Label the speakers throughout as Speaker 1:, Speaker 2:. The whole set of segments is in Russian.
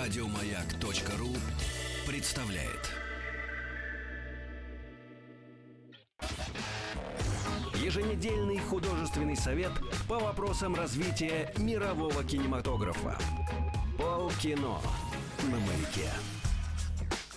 Speaker 1: Радиомаяк.ру представляет. Еженедельный художественный совет по вопросам развития мирового кинематографа. Полкино на маяке.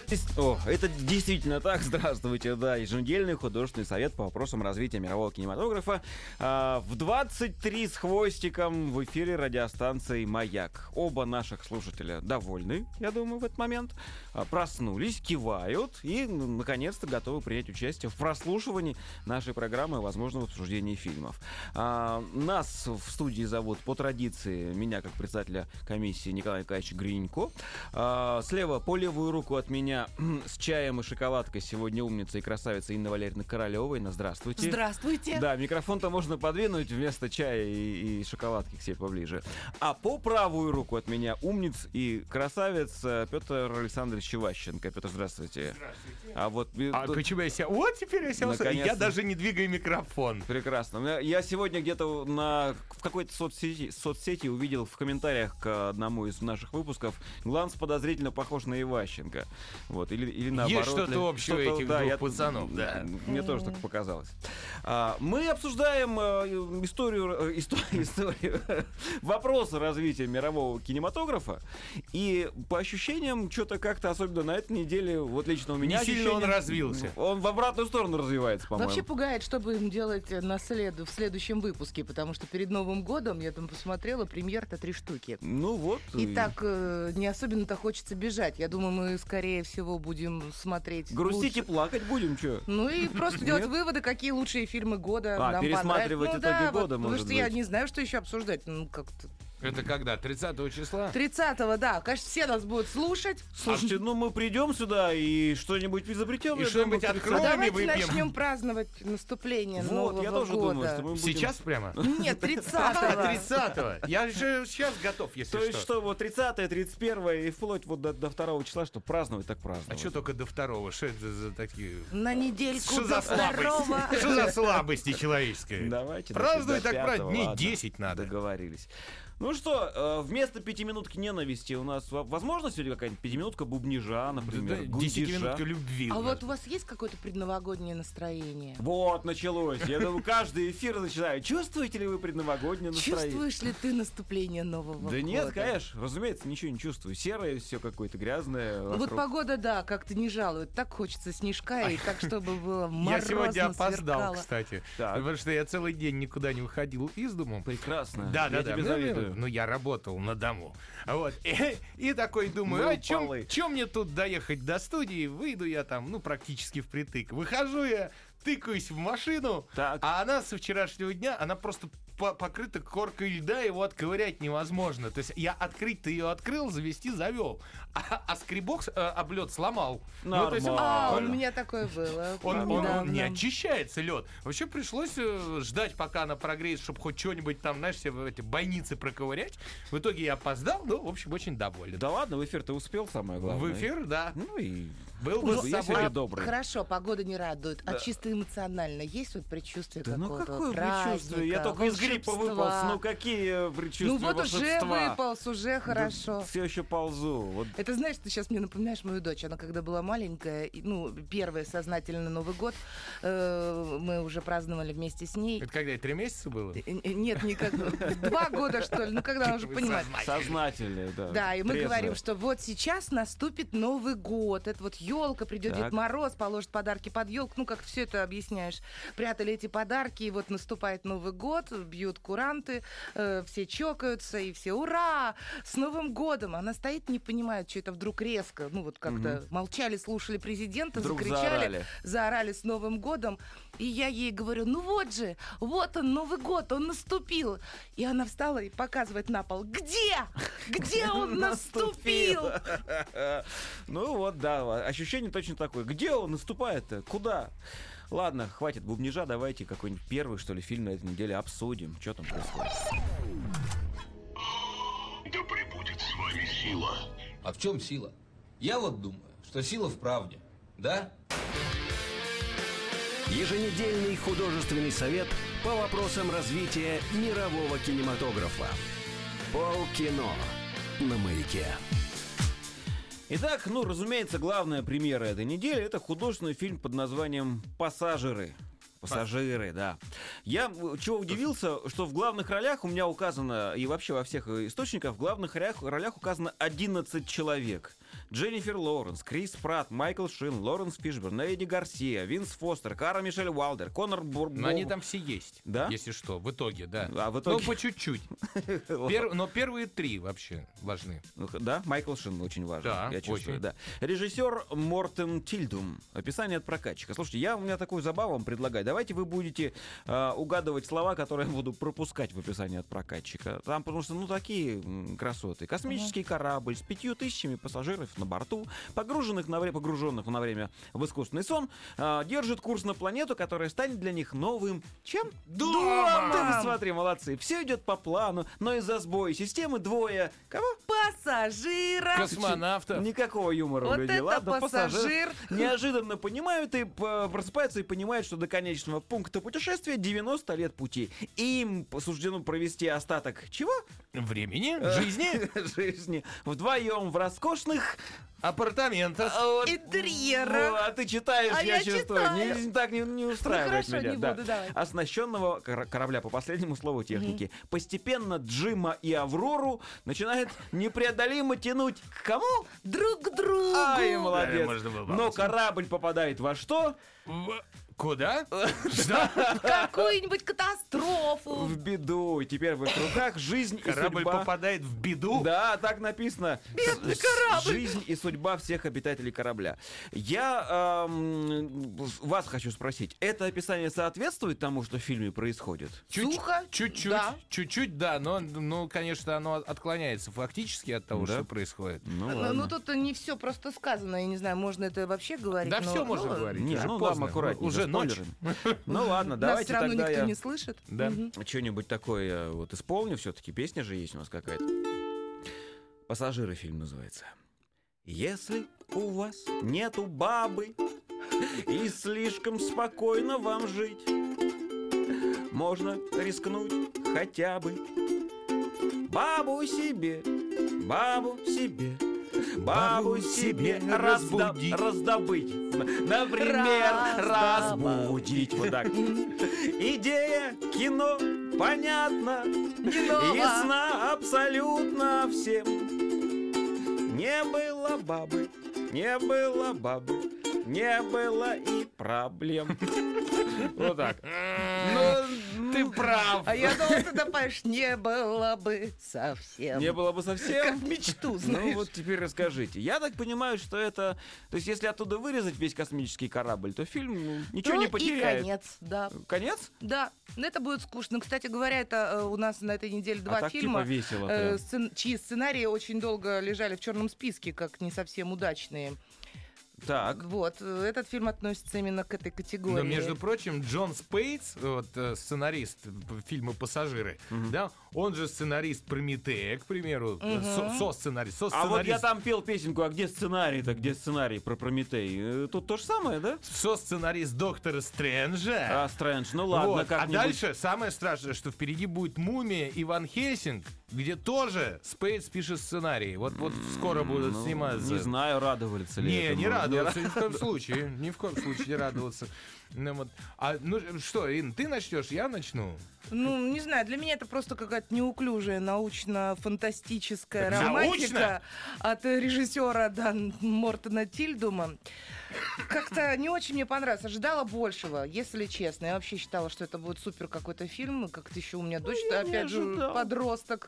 Speaker 2: Дес- О, это действительно так. Здравствуйте, да, еженедельный художественный совет по вопросам развития мирового кинематографа. А, в 23 с хвостиком в эфире радиостанции «Маяк». Оба наших слушателя довольны, я думаю, в этот момент. А, проснулись, кивают и, ну, наконец-то, готовы принять участие в прослушивании нашей программы и возможном обсуждении фильмов. А, нас в студии зовут по традиции меня, как председателя комиссии, Николай Николаевич Гринько. А, слева по левую руку от меня с чаем и шоколадкой сегодня умница и красавица Инна Валерьевна Королева. Инна, здравствуйте.
Speaker 3: Здравствуйте.
Speaker 2: Да, микрофон-то можно подвинуть вместо чая и, и шоколадки к себе поближе. А по правую руку от меня умниц и красавец э, Петр Александрович Чеващенко. Петр, здравствуйте. Здравствуйте. А вот... э,
Speaker 4: А
Speaker 2: тут-
Speaker 4: почему я себя... Вот теперь я сел. Я
Speaker 2: Наконец-то.
Speaker 4: даже не двигаю микрофон.
Speaker 2: Прекрасно. У меня- Я сегодня где-то на, в какой-то соцсети, соцсети увидел в комментариях к одному из наших выпусков Гланс подозрительно похож на Иващенко. Вот, или, или наоборот.
Speaker 4: что-то
Speaker 2: ли-
Speaker 4: общее у этих двух пацанов, да.
Speaker 2: Мне тоже так показалось. А, мы обсуждаем э, историю, э, исто- историю вопроса развития мирового кинематографа. И по ощущениям, что-то как-то, особенно на этой неделе, вот лично у меня
Speaker 4: Не сильно он
Speaker 2: ощущение-
Speaker 4: развился.
Speaker 2: Он в обратную сторону развивается, по-моему.
Speaker 3: Вообще пугает, что будем делать на следу, в следующем выпуске, потому что перед Новым годом я там посмотрела премьер-то три штуки.
Speaker 2: Ну вот.
Speaker 3: И так э, не особенно-то хочется бежать. Я думаю, мы, скорее всего, будем смотреть.
Speaker 2: Грустить и
Speaker 3: лучше.
Speaker 2: плакать будем, что?
Speaker 3: Ну и просто делать
Speaker 2: Нет?
Speaker 3: выводы, какие лучшие фильмы года
Speaker 2: А,
Speaker 3: нам
Speaker 2: пересматривать
Speaker 3: понравились. Ну
Speaker 2: итоги года,
Speaker 3: да, вот, потому
Speaker 2: может
Speaker 3: что я
Speaker 2: быть.
Speaker 3: не знаю, что еще обсуждать. Ну как-то.
Speaker 4: Это когда? 30 числа?
Speaker 3: 30-го, да. Конечно, все нас будут слушать.
Speaker 2: Слушайте, ну мы придем сюда и что-нибудь изобретем.
Speaker 4: И
Speaker 2: я
Speaker 4: что-нибудь
Speaker 2: думаю,
Speaker 4: откроем
Speaker 3: а давайте
Speaker 4: и выпьем.
Speaker 3: начнем праздновать наступление
Speaker 2: Вот,
Speaker 3: Нового
Speaker 2: я тоже
Speaker 3: года.
Speaker 2: думаю, что мы будем...
Speaker 4: Сейчас прямо?
Speaker 3: Нет, 30-го.
Speaker 4: 30-го. Ну Я же сейчас готов, если
Speaker 2: То есть
Speaker 4: что.
Speaker 2: что, вот 30-е, 31-е и вплоть вот до, до 2 числа, что праздновать, так
Speaker 4: А
Speaker 2: праздновать.
Speaker 4: что только до второго? Что это за такие...
Speaker 3: На недельку
Speaker 4: Что
Speaker 3: до
Speaker 4: за
Speaker 3: второго.
Speaker 4: слабость? Что за слабость нечеловеческая?
Speaker 2: Давайте.
Speaker 4: Празднуй
Speaker 2: значит, до
Speaker 4: так
Speaker 2: пятого,
Speaker 4: празднуй. Дней
Speaker 2: ладно.
Speaker 4: 10 надо.
Speaker 2: Договорились. Ну что, э, вместо пятиминутки ненависти у нас, во- возможно, сегодня какая-нибудь пятиминутка бубнижа, например, гундиша?
Speaker 4: минутка любви.
Speaker 3: А
Speaker 4: у нас.
Speaker 3: вот у вас есть какое-то предновогоднее настроение?
Speaker 2: Вот, началось. Я думаю, каждый эфир начинаю. Чувствуете ли вы предновогоднее настроение?
Speaker 3: Чувствуешь ли ты наступление нового года?
Speaker 2: Да нет, конечно, разумеется, ничего не чувствую. Серое все какое-то грязное.
Speaker 3: Ну Вот
Speaker 2: вокруг.
Speaker 3: погода, да, как-то не жалует. Так хочется снежка и так, чтобы было
Speaker 4: Я
Speaker 3: морозно
Speaker 4: сегодня опоздал,
Speaker 3: сверкало.
Speaker 4: кстати.
Speaker 2: Так.
Speaker 4: Потому что я целый день никуда не выходил из дома.
Speaker 2: Прекрасно.
Speaker 4: Да,
Speaker 2: Я
Speaker 4: да, да.
Speaker 2: тебе
Speaker 4: Ну,
Speaker 2: завидую.
Speaker 4: Ну, я работал на дому. А Вот. И, такой думаю,
Speaker 2: Был
Speaker 4: а чем,
Speaker 2: Ну, полы.
Speaker 4: чем мне тут доехать до студии? Выйду я там, ну, практически впритык. Выхожу я, тыкаюсь в машину,
Speaker 2: Так.
Speaker 4: а она со вчерашнего дня, она просто по- покрыта коркой льда, его отковырять невозможно. То есть я открыть-то ее открыл, завести завел. А, а скребок, э, облет сломал. Ну, то есть он-
Speaker 3: А, у
Speaker 2: Нормально.
Speaker 3: меня такое было.
Speaker 4: он, он- он не
Speaker 3: недавно.
Speaker 4: очищается лед. Вообще пришлось э, ждать, пока она прогреет, чтобы хоть что-нибудь там, знаешь, все в эти бойницы проковырять. В итоге я опоздал, но, в общем, очень доволен.
Speaker 2: Да ладно, в эфир ты успел, самое главное.
Speaker 4: В эфир, да.
Speaker 2: Ну и...
Speaker 4: Был бы
Speaker 2: Ну,
Speaker 4: с
Speaker 2: я
Speaker 4: собой.
Speaker 2: сегодня добрый.
Speaker 3: Хорошо, погода не радует, а чисто эмоционально есть вот предчувствие
Speaker 2: Да ну
Speaker 3: какого-то
Speaker 2: какое
Speaker 3: праздника,
Speaker 2: предчувствие? Я только из гриппа
Speaker 3: волшебства?
Speaker 2: выполз. Ну какие
Speaker 3: Ну
Speaker 2: предчувствия
Speaker 3: вот уже выполз, уже хорошо.
Speaker 2: Все еще ползу. Вот
Speaker 3: Это знаешь, ты сейчас мне напоминаешь мою дочь. Она когда была маленькая, и, ну, первый сознательно Новый год, э, мы уже праздновали вместе с ней.
Speaker 4: Это когда, три месяца было?
Speaker 3: Э, э, Нет, никак. Два года, что ли? Ну, когда она уже
Speaker 4: Вы
Speaker 3: понимает.
Speaker 2: сознательно, да.
Speaker 3: Да, и мы
Speaker 2: трезво.
Speaker 3: говорим, что вот сейчас наступит Новый год. Это вот елка, придет
Speaker 2: Так.
Speaker 3: Дед Мороз, положит подарки под елку. Ну, как все это объясняешь. Прятали эти подарки, и вот наступает Новый год, бьют куранты, э, все чокаются, и все ура! С Новым годом! Она стоит, не понимает, что это вдруг резко. Ну, вот как-то молчали, слушали президента,
Speaker 2: Вдруг
Speaker 3: закричали,
Speaker 2: заорали.
Speaker 3: заорали с Новым годом. И я ей говорю, ну вот же, вот он, Новый год, он наступил. И она встала и показывает на пол, где? Где он наступил?
Speaker 2: Ну вот, да, ощущение точно такое. Где он наступает-то? Куда? Ладно, хватит бубнижа, давайте какой-нибудь первый, что ли, фильм на этой неделе обсудим. Что там происходит?
Speaker 5: Да пребудет с вами сила.
Speaker 6: А в чем сила? Я вот думаю, что сила в правде. Да?
Speaker 1: Еженедельный художественный совет по вопросам развития мирового кинематографа. Полкино на маяке.
Speaker 2: Итак, ну, разумеется, главная премьера этой недели это художественный фильм под названием «Пассажиры». Пассажиры, да. Я э, чего удивился, что в главных ролях у меня указано, и вообще во всех э, источниках, в главных ролях, ролях указано 11 человек. Дженнифер Лоуренс, Крис Пратт, Майкл Шин, Лоренс Фишберн, Эдди Гарсия, Винс Фостер, Кара Мишель Уайлдер, Конор Бур...
Speaker 4: Но они там все есть.
Speaker 2: Да?
Speaker 4: Если что, в итоге, да.
Speaker 2: А, в итоге.
Speaker 4: Ну, по чуть-чуть. Пер- Но первые три вообще важны.
Speaker 2: Ну, х- Да, Майкл Шин очень важен.
Speaker 4: Да,
Speaker 2: я чувствую,
Speaker 4: очень.
Speaker 2: да. Режиссер Мортен Тильдум. Описание от прокатчика. Слушайте, я у меня такую забаву вам предлагаю. Давайте вы будете э, угадывать слова, которые я буду пропускать в описании от прокатчика. Там, потому что, ну, такие м, красоты. Космический корабль с пятью тысячами пассажиров на борту, погруженных на время, погруженных на время в искусственный сон, э, держит курс на планету, которая станет для них новым чем? Домом! Да вы смотри, молодцы. Все идет по плану, но из-за сбоя системы двое... Кого? А,
Speaker 3: Пассажира.
Speaker 4: Космонавтов.
Speaker 2: Никакого юмора
Speaker 3: Вот
Speaker 2: у людей.
Speaker 3: это
Speaker 2: Ладно,
Speaker 3: пассажир.
Speaker 2: неожиданно понимают и п- просыпаются и понимают, что до конечного пункта путешествия 90 лет пути. Им суждено провести остаток чего?
Speaker 4: Времени,
Speaker 2: Э,
Speaker 4: жизни,
Speaker 2: Жизни. Вдвоем в роскошных...
Speaker 4: апартаментах.
Speaker 2: а, вот-
Speaker 3: Интерьера.
Speaker 2: Ну, а ты читаешь,
Speaker 3: А
Speaker 2: я,
Speaker 3: я
Speaker 2: чувствую. Не-
Speaker 3: читаю. Ну,
Speaker 2: так не, не устраивает
Speaker 3: хорошо,
Speaker 2: меня.
Speaker 3: не
Speaker 2: да.
Speaker 3: буду, давай.
Speaker 2: Оснащенного кор- корабля по последнему слову техники. Постепенно Джима и Аврору начинает непреодолимо тянуть к кому?
Speaker 3: Друг к другу.
Speaker 2: Ай, молодец.
Speaker 4: можно было
Speaker 2: Но
Speaker 4: бабочку.
Speaker 2: корабль попадает во что?
Speaker 4: В- Куда? Да.
Speaker 3: Какую-нибудь катастрофу.
Speaker 2: В беду. И теперь в их руках жизнь и
Speaker 4: Корабль
Speaker 2: судьба.
Speaker 4: попадает в беду.
Speaker 2: Да, так написано.
Speaker 3: Бедный
Speaker 2: С-
Speaker 3: корабль.
Speaker 2: Жизнь и судьба всех обитателей корабля. Я эм, вас хочу спросить, это описание соответствует тому, что в фильме происходит?
Speaker 4: Чуть-
Speaker 3: Сухо?
Speaker 4: Чуть-чуть,
Speaker 3: Да.
Speaker 4: чуть-чуть, да, но, ну, конечно, оно отклоняется фактически от того,
Speaker 2: Да.
Speaker 4: что происходит.
Speaker 2: Ну,
Speaker 3: Ну, ну, тут не все просто сказано. Я не знаю, можно это вообще говорить.
Speaker 4: Да
Speaker 3: но-
Speaker 4: все можно
Speaker 3: ну,
Speaker 4: говорить,
Speaker 2: Не,
Speaker 4: уже
Speaker 2: ну,
Speaker 4: поздно,
Speaker 2: ладно, аккуратнее,
Speaker 4: уже
Speaker 2: за
Speaker 4: ночь.
Speaker 2: спойлерами. Ну ладно,
Speaker 3: Нас
Speaker 2: давайте
Speaker 3: все равно
Speaker 2: тогда
Speaker 3: никто
Speaker 2: я
Speaker 3: не слышит.
Speaker 4: Да.
Speaker 3: Мгм.
Speaker 2: что-нибудь такое вот исполню все-таки. Песня же есть у нас какая-то. Пассажиры фильм называется. Если у вас нету бабы и слишком спокойно вам жить, можно рискнуть хотя бы бабу себе, бабу себе. Бабу
Speaker 4: Бабу
Speaker 2: себе
Speaker 4: себе
Speaker 2: разда-
Speaker 4: разбудить.
Speaker 2: раздобыть. Например, разбудить. Вот так. Идея кино понятна,
Speaker 3: Не ново.
Speaker 2: ясна абсолютно всем. Не было бабы, не было бабы, не было и проблем. Вот так.
Speaker 4: Ну, ты прав.
Speaker 3: А я думала, ты добавишь, не было бы совсем.
Speaker 2: Не было бы
Speaker 3: Как
Speaker 2: совсем.
Speaker 3: в мечту,
Speaker 2: Ну
Speaker 3: знаешь.
Speaker 2: вот теперь расскажите. Я так понимаю, что это... То есть если оттуда вырезать весь космический корабль, то фильм ну, ничего
Speaker 3: Ну
Speaker 2: не
Speaker 3: и
Speaker 2: потеряет.
Speaker 3: конец, да.
Speaker 2: Конец?
Speaker 3: Да, но это будет скучно. Кстати говоря, это э, у нас на этой неделе два
Speaker 2: а так
Speaker 3: фильма.
Speaker 2: типа весело.
Speaker 3: э,
Speaker 2: прям.
Speaker 3: сцен- чьи сценарии очень долго лежали в черном списке, как не совсем удачные.
Speaker 2: Так.
Speaker 3: Вот, э, этот фильм относится именно к этой категории.
Speaker 4: Но, между прочим, Джон Спейтс, вот, э, сценарист э, фильма «Пассажиры», да, он же сценарист «Прометея», к примеру, э, со- со-сценарист.
Speaker 2: А вот я
Speaker 4: со-сценарист-
Speaker 2: там пел песенку, а где сценарий-то, где сценарий про Прометей? Э, Тут то же самое, да?
Speaker 4: со-сценарист «Доктора Стрэнджа».
Speaker 2: А, Стрэндж, ну ладно,
Speaker 4: Вот. А
Speaker 2: как-нибудь.
Speaker 4: дальше самое страшное, что впереди будет «Мумия» и «Ван Хельсинг», где тоже Спейтс пишет сценарий. Вот, вот скоро будут
Speaker 2: Ну,
Speaker 4: сниматься.
Speaker 2: Не знаю, радовались ли
Speaker 4: Не,
Speaker 2: этому.
Speaker 4: не радоваться,
Speaker 2: ра-
Speaker 4: ни в коем случае. Ни в коем случае не радоваться. Ну, вот. А, ну что, Ин, ты начнешь, я начну.
Speaker 3: Ну, не знаю, для меня это просто какая-то неуклюжая научно-фантастическая
Speaker 4: Так
Speaker 3: романтика от э, режиссера да, Мортона Тильдума. Как-то не очень мне понравилось. Ожидала большего, если честно. Я вообще считала, что это будет супер какой-то фильм. И Как-то еще у меня дочь,
Speaker 2: Ну,
Speaker 3: опять же, подросток,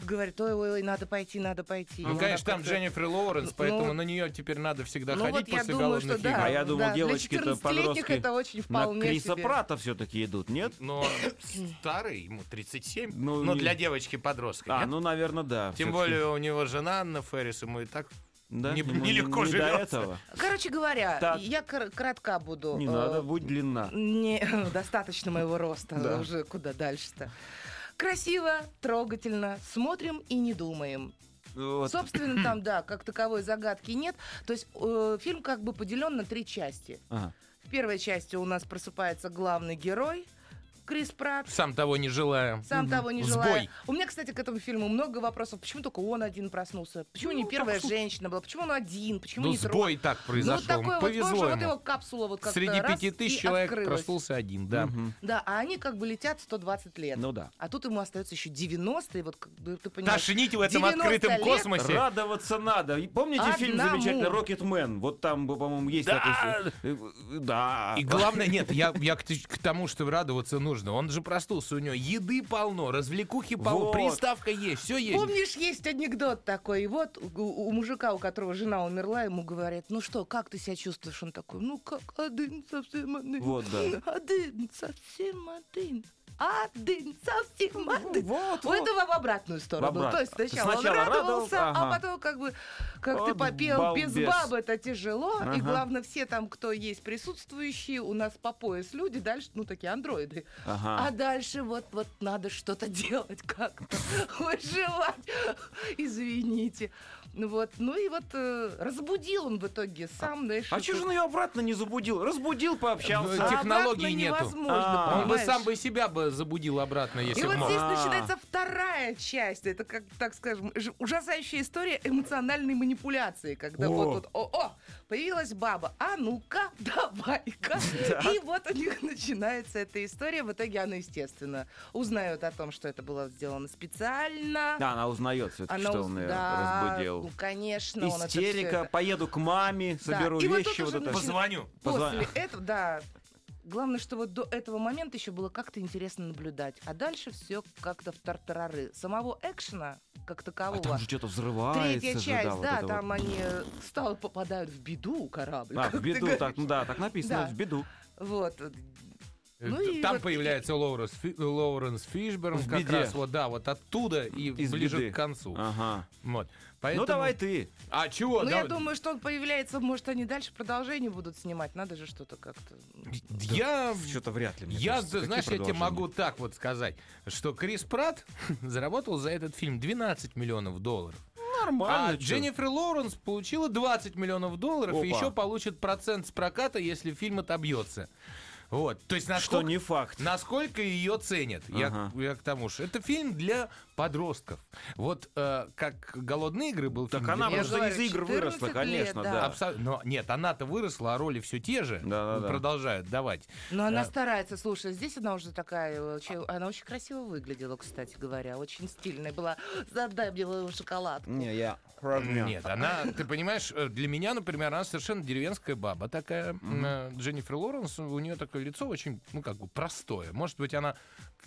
Speaker 3: говорит, ой-ой-ой, надо пойти, надо пойти. И
Speaker 4: Ну,
Speaker 3: она
Speaker 4: конечно, там
Speaker 3: как-то-
Speaker 4: Дженнифер Лоуренс, поэтому
Speaker 3: ну,
Speaker 4: на нее теперь надо всегда
Speaker 3: Ну
Speaker 4: ходить
Speaker 3: вот я
Speaker 4: после
Speaker 3: думаю, что
Speaker 4: голодных игр.
Speaker 3: да.
Speaker 2: А я думал,
Speaker 3: да,
Speaker 2: девочки-то
Speaker 3: Для 14-летних
Speaker 2: подростки
Speaker 3: это очень
Speaker 2: Ну, На
Speaker 3: вполне
Speaker 2: Криса
Speaker 3: себе.
Speaker 2: Прата все-таки идут, нет?
Speaker 4: Но он старый, ему 37.
Speaker 2: Ну,
Speaker 4: Ну,
Speaker 2: не-
Speaker 4: для девочки подростка.
Speaker 2: А,
Speaker 4: нет?
Speaker 2: ну, наверное, да.
Speaker 4: Тем
Speaker 2: всё-таки.
Speaker 4: более у него жена Анна Феррис, ему и так
Speaker 2: да?
Speaker 4: не-
Speaker 2: Ему
Speaker 4: нелегко
Speaker 2: не до
Speaker 4: живётся.
Speaker 2: этого.
Speaker 3: Короче говоря,
Speaker 2: Так.
Speaker 3: я кор- коротка буду.
Speaker 2: Не
Speaker 3: Э,
Speaker 2: надо, будь длинна.
Speaker 3: Не, достаточно моего роста,
Speaker 2: Да.
Speaker 3: уже куда дальше-то. Красиво, трогательно, смотрим и не думаем.
Speaker 2: Вот.
Speaker 3: Собственно, там, да, как таковой загадки нет. То есть э, фильм как бы поделен на три части.
Speaker 2: Ага.
Speaker 3: В первой части у нас просыпается главный герой, Крис Пратт.
Speaker 4: Сам того не желая.
Speaker 3: Сам того не
Speaker 4: Сбой.
Speaker 3: желая. У меня, кстати, к этому фильму много вопросов. Почему только он один проснулся? Почему не первая женщина была? Почему он один? Почему
Speaker 4: Ну,
Speaker 3: не трое?
Speaker 4: сбой так произошел.
Speaker 3: Ну, такой вот,
Speaker 4: Повезло
Speaker 3: тоже, вот
Speaker 4: ему.
Speaker 3: его капсула вот как-то
Speaker 4: Среди
Speaker 3: раз
Speaker 4: пяти тысяч
Speaker 3: и
Speaker 4: человек
Speaker 3: открылась.
Speaker 4: проснулся один, да.
Speaker 2: Мгм.
Speaker 3: Да, а они как бы летят 120 лет.
Speaker 2: Ну да.
Speaker 3: А тут ему остается еще 90, и вот как бы ты понимаешь...
Speaker 4: Тошнить в этом
Speaker 3: 90
Speaker 4: открытом
Speaker 3: лет.
Speaker 4: космосе.
Speaker 2: Радоваться надо. И помните фильм
Speaker 3: Одному.
Speaker 2: замечательный «Рокетмен»? Вот там, по-моему, есть
Speaker 4: Да.
Speaker 2: такой... фильм. Э, э, Да.
Speaker 4: И главное, нет, я, я к, т- к тому, что радоваться нужно. Он же простился, у него еды полно, развлекухи полно,
Speaker 2: Вот.
Speaker 4: приставка есть, все есть.
Speaker 3: Помнишь, есть анекдот такой, и вот у, у мужика, у которого жена умерла, ему говорят, ну что, как ты себя чувствуешь? Он такой, ну как, один, совсем один.
Speaker 2: Вот, да.
Speaker 3: Один, совсем один. Один, совсем один.
Speaker 2: Вот,
Speaker 3: У
Speaker 2: вот.
Speaker 3: этого в обратную сторону.
Speaker 2: В обратную.
Speaker 3: То есть сначала,
Speaker 2: Сначала
Speaker 3: он радовался,
Speaker 2: радовался, ага.
Speaker 3: а потом как бы, как ты
Speaker 2: Вот
Speaker 3: попел, без
Speaker 2: балбес.
Speaker 3: бабы это тяжело.
Speaker 2: Ага.
Speaker 3: И главное, все там, кто есть присутствующие, у нас по пояс люди, дальше, ну такие андроиды.
Speaker 2: Ага.
Speaker 3: А дальше вот, вот надо что-то делать как-то, выживать, извините. Ну Вот, ну и вот э, разбудил он в итоге сам, знаешь.
Speaker 2: А чё же он ее обратно не забудил? Разбудил,
Speaker 4: Ну,
Speaker 2: пообщался.
Speaker 4: типа, технологий нету?
Speaker 3: А невозможно,
Speaker 2: А,
Speaker 4: Он бы
Speaker 3: понимаешь?
Speaker 4: сам бы себя бы забудил обратно, если
Speaker 3: И
Speaker 4: бы
Speaker 3: вот
Speaker 4: мог.
Speaker 3: здесь
Speaker 2: А.
Speaker 3: начинается вторая часть. Это, как так скажем, ж- ужасающая история эмоциональной манипуляции, когда
Speaker 2: О.
Speaker 3: вот вот о, о, появилась баба, а ну-ка, давай-ка. И вот у них начинается эта история. В итоге она, естественно, узнает о том, что это было сделано специально.
Speaker 2: Да, она узнает все-таки,
Speaker 3: Она
Speaker 2: что
Speaker 3: уз-
Speaker 2: он ее
Speaker 3: да,
Speaker 2: разбудил.
Speaker 3: Ну, конечно, он это всё
Speaker 2: Истерика,
Speaker 3: это-
Speaker 2: поеду к маме,
Speaker 3: Да,
Speaker 2: соберу
Speaker 3: и вот
Speaker 2: вещи,
Speaker 3: тут
Speaker 2: вот
Speaker 3: уже
Speaker 2: это.
Speaker 3: начи-
Speaker 4: Позвоню.
Speaker 2: Позвони.
Speaker 3: После этого, да. Главное, что вот до этого момента еще было как-то интересно наблюдать. А дальше все как-то в тартарары. Самого экшена, как
Speaker 2: А
Speaker 3: такового.
Speaker 2: там же что-то взрывается.
Speaker 3: Третья
Speaker 2: же,
Speaker 3: часть,
Speaker 2: да, вот
Speaker 3: да,
Speaker 2: это
Speaker 3: там
Speaker 2: вот.
Speaker 3: они стало попадают в беду корабль.
Speaker 2: А,
Speaker 3: как
Speaker 2: в
Speaker 3: ты
Speaker 2: беду,
Speaker 3: говоришь.
Speaker 2: так, ну да, так написано,
Speaker 3: Да.
Speaker 2: в беду.
Speaker 3: Вот. Ну
Speaker 4: Э,
Speaker 3: и
Speaker 4: Там
Speaker 3: вот-
Speaker 4: появляется Лоуренс, Фи- Лоуренс Фишберн
Speaker 2: В
Speaker 4: как
Speaker 2: беде.
Speaker 4: раз вот, да, вот оттуда и
Speaker 2: Из
Speaker 4: ближе
Speaker 2: беды.
Speaker 4: к концу.
Speaker 3: А.
Speaker 2: Ага.
Speaker 4: Вот.
Speaker 2: Ну
Speaker 4: Поэтому-
Speaker 2: давай ты.
Speaker 4: А чего?
Speaker 3: Ну,
Speaker 4: да-
Speaker 3: я думаю, что он появляется, может, они дальше продолжение будут снимать. Надо же что-то как-то...
Speaker 4: Я
Speaker 2: Что-то вряд ли. мне
Speaker 4: Я,
Speaker 2: кажется. Какие
Speaker 4: знаешь, я тебе
Speaker 2: продолжения?
Speaker 4: могу так вот сказать, что Крис Пратт заработал за этот фильм 12 миллионов долларов.
Speaker 2: Нормально.
Speaker 4: А
Speaker 2: чё.
Speaker 4: Дженнифер Лоуренс получила 20 миллионов долларов
Speaker 2: Опа.
Speaker 4: и еще получит процент с проката, если фильм отобьется. Вот. То есть насколько,
Speaker 2: Что не факт.
Speaker 4: насколько ее ценят. Я-
Speaker 2: Ага.
Speaker 4: Я, к тому же. Это фильм для подростков. Вот э, как «Голодные игры» был
Speaker 2: Так
Speaker 4: фильм
Speaker 2: она
Speaker 4: для
Speaker 3: Я
Speaker 2: просто
Speaker 3: говорю,
Speaker 2: из игр
Speaker 3: 14
Speaker 2: выросла,
Speaker 3: лет,
Speaker 2: конечно,
Speaker 3: да.
Speaker 2: да.
Speaker 4: Абсо- Но нет, она-то выросла, а роли все те же. Ну,
Speaker 2: Да-да-да.
Speaker 4: Продолжают давать.
Speaker 3: Но она
Speaker 4: Э.
Speaker 3: старается, слушай, здесь она уже такая, э, че- она очень красиво выглядела, кстати говоря, очень стильная была. Задай мне э, шоколадку.
Speaker 2: Не, я...
Speaker 4: Нет, она, ты понимаешь, э, для меня, например, она совершенно деревенская баба такая. Э, Дженнифер Лоуренс, у нее такое лицо очень, ну, как бы простое. Может быть, она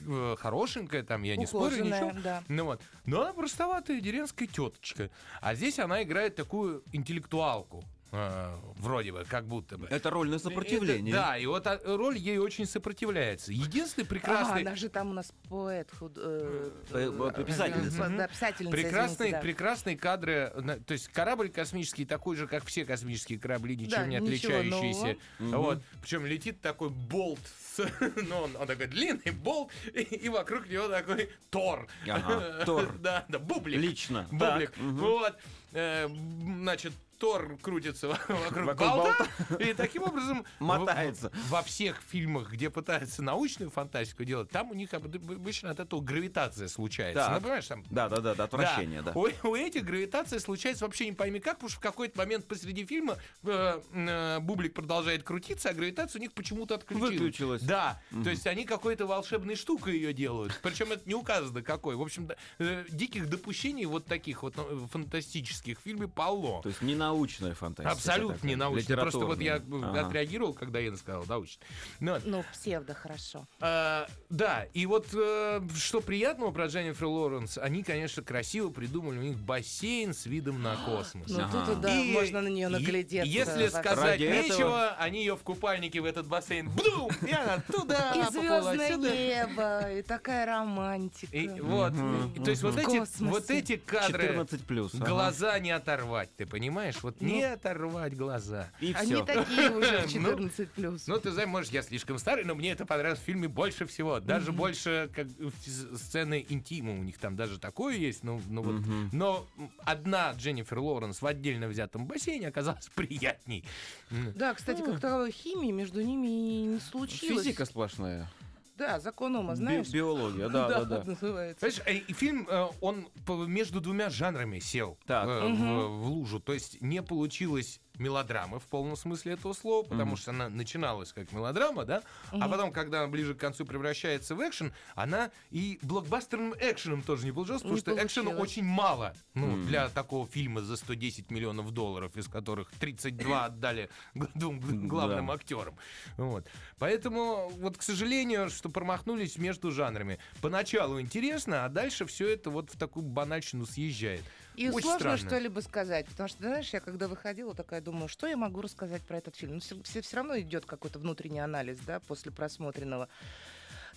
Speaker 4: э, хорошенькая, там, я не спорю,
Speaker 3: Ухоженная,
Speaker 4: ничего.
Speaker 3: да.
Speaker 4: Ну вот. Но она простоватая деревенская теточка. А здесь она играет такую интеллектуалку. э, вроде бы, как будто бы.
Speaker 2: Это роль на сопротивление.
Speaker 4: Это- да, и вот а, роль ей очень сопротивляется. Единственный
Speaker 3: А,
Speaker 4: прекрасный...
Speaker 3: она же там у нас поэт, худ... э,
Speaker 2: Э, вот
Speaker 3: э,
Speaker 2: писательница.
Speaker 3: э, Да, писательница,
Speaker 4: Прекрасные,
Speaker 3: извините, да.
Speaker 4: прекрасные кадры. на- То есть корабль космический такой же, как все космические корабли, ничем
Speaker 3: Да,
Speaker 4: не
Speaker 3: ничего
Speaker 4: отличающиеся.
Speaker 2: нового.
Speaker 4: Вот. Причем летит такой болт, с- ну он, он такой длинный болт, и, и вокруг него такой Тор.
Speaker 2: Ага, Тор.
Speaker 4: Да, да, бублик.
Speaker 2: Лично.
Speaker 4: Бублик.
Speaker 2: Так, мгм.
Speaker 4: Вот. Э, м, Значит, Тор крутится во- вокруг,
Speaker 2: Вокруг
Speaker 4: болта, и таким образом в-
Speaker 2: Мотается.
Speaker 4: во всех фильмах, где пытаются научную фантастику делать, там у них об- обычно от этого гравитация случается.
Speaker 2: Так.
Speaker 4: Ну, понимаешь, там
Speaker 2: Да, да, да, да, отвращение, да.
Speaker 4: у, у этих гравитация случается вообще не пойми как, потому что в какой-то момент посреди фильма э, э, бублик продолжает крутиться, а гравитация у них почему-то отключилась.
Speaker 2: Выключилась.
Speaker 4: Да. То есть они какой-то волшебной штукой ее делают. Причем это не указано какой. В общем, да, э, диких допущений вот таких вот ну, фантастических в фильме полно.
Speaker 2: То есть не научная фантастика.
Speaker 4: Абсолютно
Speaker 2: такая,
Speaker 4: не научно. Просто вот я
Speaker 2: литературная.
Speaker 4: э,
Speaker 2: Ага.
Speaker 4: отреагировал, когда Инна сказала научно. Ну, вот.
Speaker 3: Ну, псевдо, хорошо.
Speaker 4: А, да, и вот э, что приятного про Дженнифер Лоуренс, они, конечно, красиво придумали у них бассейн с видом на космос.
Speaker 3: Ну,
Speaker 2: Ага.
Speaker 3: тут, да,
Speaker 4: И
Speaker 3: можно на нее
Speaker 4: е-
Speaker 3: наглядеться.
Speaker 4: Если
Speaker 3: вообще.
Speaker 4: сказать
Speaker 2: Ради этого-
Speaker 4: нечего, они ее в купальнике в этот бассейн бдум, и она туда,
Speaker 3: И
Speaker 4: она поплыла
Speaker 3: звездное
Speaker 4: сюда.
Speaker 3: небо, и такая романтика.
Speaker 4: И вот,
Speaker 2: Мгм.
Speaker 4: И то есть вот
Speaker 3: В
Speaker 4: эти,
Speaker 3: космосе.
Speaker 4: вот эти кадры,
Speaker 2: 14 плюс. ага.
Speaker 4: глаза не оторвать, ты понимаешь? Вот
Speaker 3: Ну.
Speaker 4: не оторвать глаза.
Speaker 2: И
Speaker 3: Они
Speaker 2: все.
Speaker 3: такие уже
Speaker 4: Ну,
Speaker 3: в 14 плюс.
Speaker 4: Ну, ты знаешь, может, я слишком старый, но мне это понравилось в фильме больше всего. Даже больше как э, с- сцены интима у них там даже такое есть. Ну, ну вот. Но м, одна Дженнифер Лоуренс в отдельно взятом бассейне оказалась приятней. М.
Speaker 3: Да, кстати, как таковой химии между ними и не случилось.
Speaker 2: Физика сплошная.
Speaker 3: Да, закон ума,
Speaker 2: Би-
Speaker 3: знаешь?
Speaker 2: биология, да, да, да.
Speaker 3: называется.
Speaker 4: Понимаешь, э, и фильм, э, он по- между двумя жанрами сел
Speaker 2: Так.
Speaker 4: э, в, в лужу. То есть не получилось мелодрамы в полном смысле этого слова, потому что она начиналась как мелодрама, да, а потом, когда она ближе к концу превращается в экшен, она и блокбастерным экшеном тоже не получилась, потому
Speaker 3: Не
Speaker 4: что экшена
Speaker 3: получилось.
Speaker 4: очень мало ну, для такого фильма за 110 миллионов долларов, из которых 32 отдали г- двум г- главным
Speaker 2: Да.
Speaker 4: актерам. Вот. Поэтому, вот, к сожалению, что промахнулись между жанрами. Поначалу интересно, а дальше все это вот в такую банальщину съезжает.
Speaker 3: И
Speaker 4: Очень
Speaker 3: сложно
Speaker 4: странно.
Speaker 3: что-либо сказать, потому что, знаешь, я когда выходила, такая думаю, что я могу рассказать про этот фильм? Ну, все, равно идет какой-то внутренний анализ, да, после просмотренного.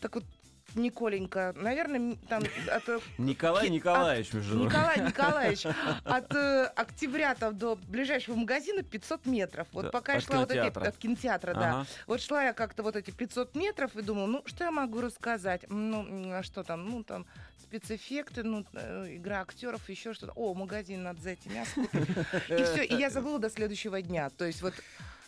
Speaker 3: Так вот, Николенька, наверное, м, там от, э,
Speaker 2: Николай
Speaker 3: Ки-
Speaker 2: Николаевич, между прочим.
Speaker 3: Николай Николаевич, от э, октября там до ближайшего магазина 500 метров. Вот
Speaker 2: Да,
Speaker 3: пока я
Speaker 2: от
Speaker 3: шла вот эти
Speaker 2: кинотеатра.
Speaker 3: от кинотеатра, да. Э,
Speaker 2: Ага.
Speaker 3: Вот шла я как-то вот эти 500 метров и думала, ну что я могу рассказать? М, Ну м, а что там, ну там спецэффекты, ну э, игра актеров, еще что-то. О, магазин надо зайти мясо. купить. И все, и я забыла до следующего дня. То есть вот, э,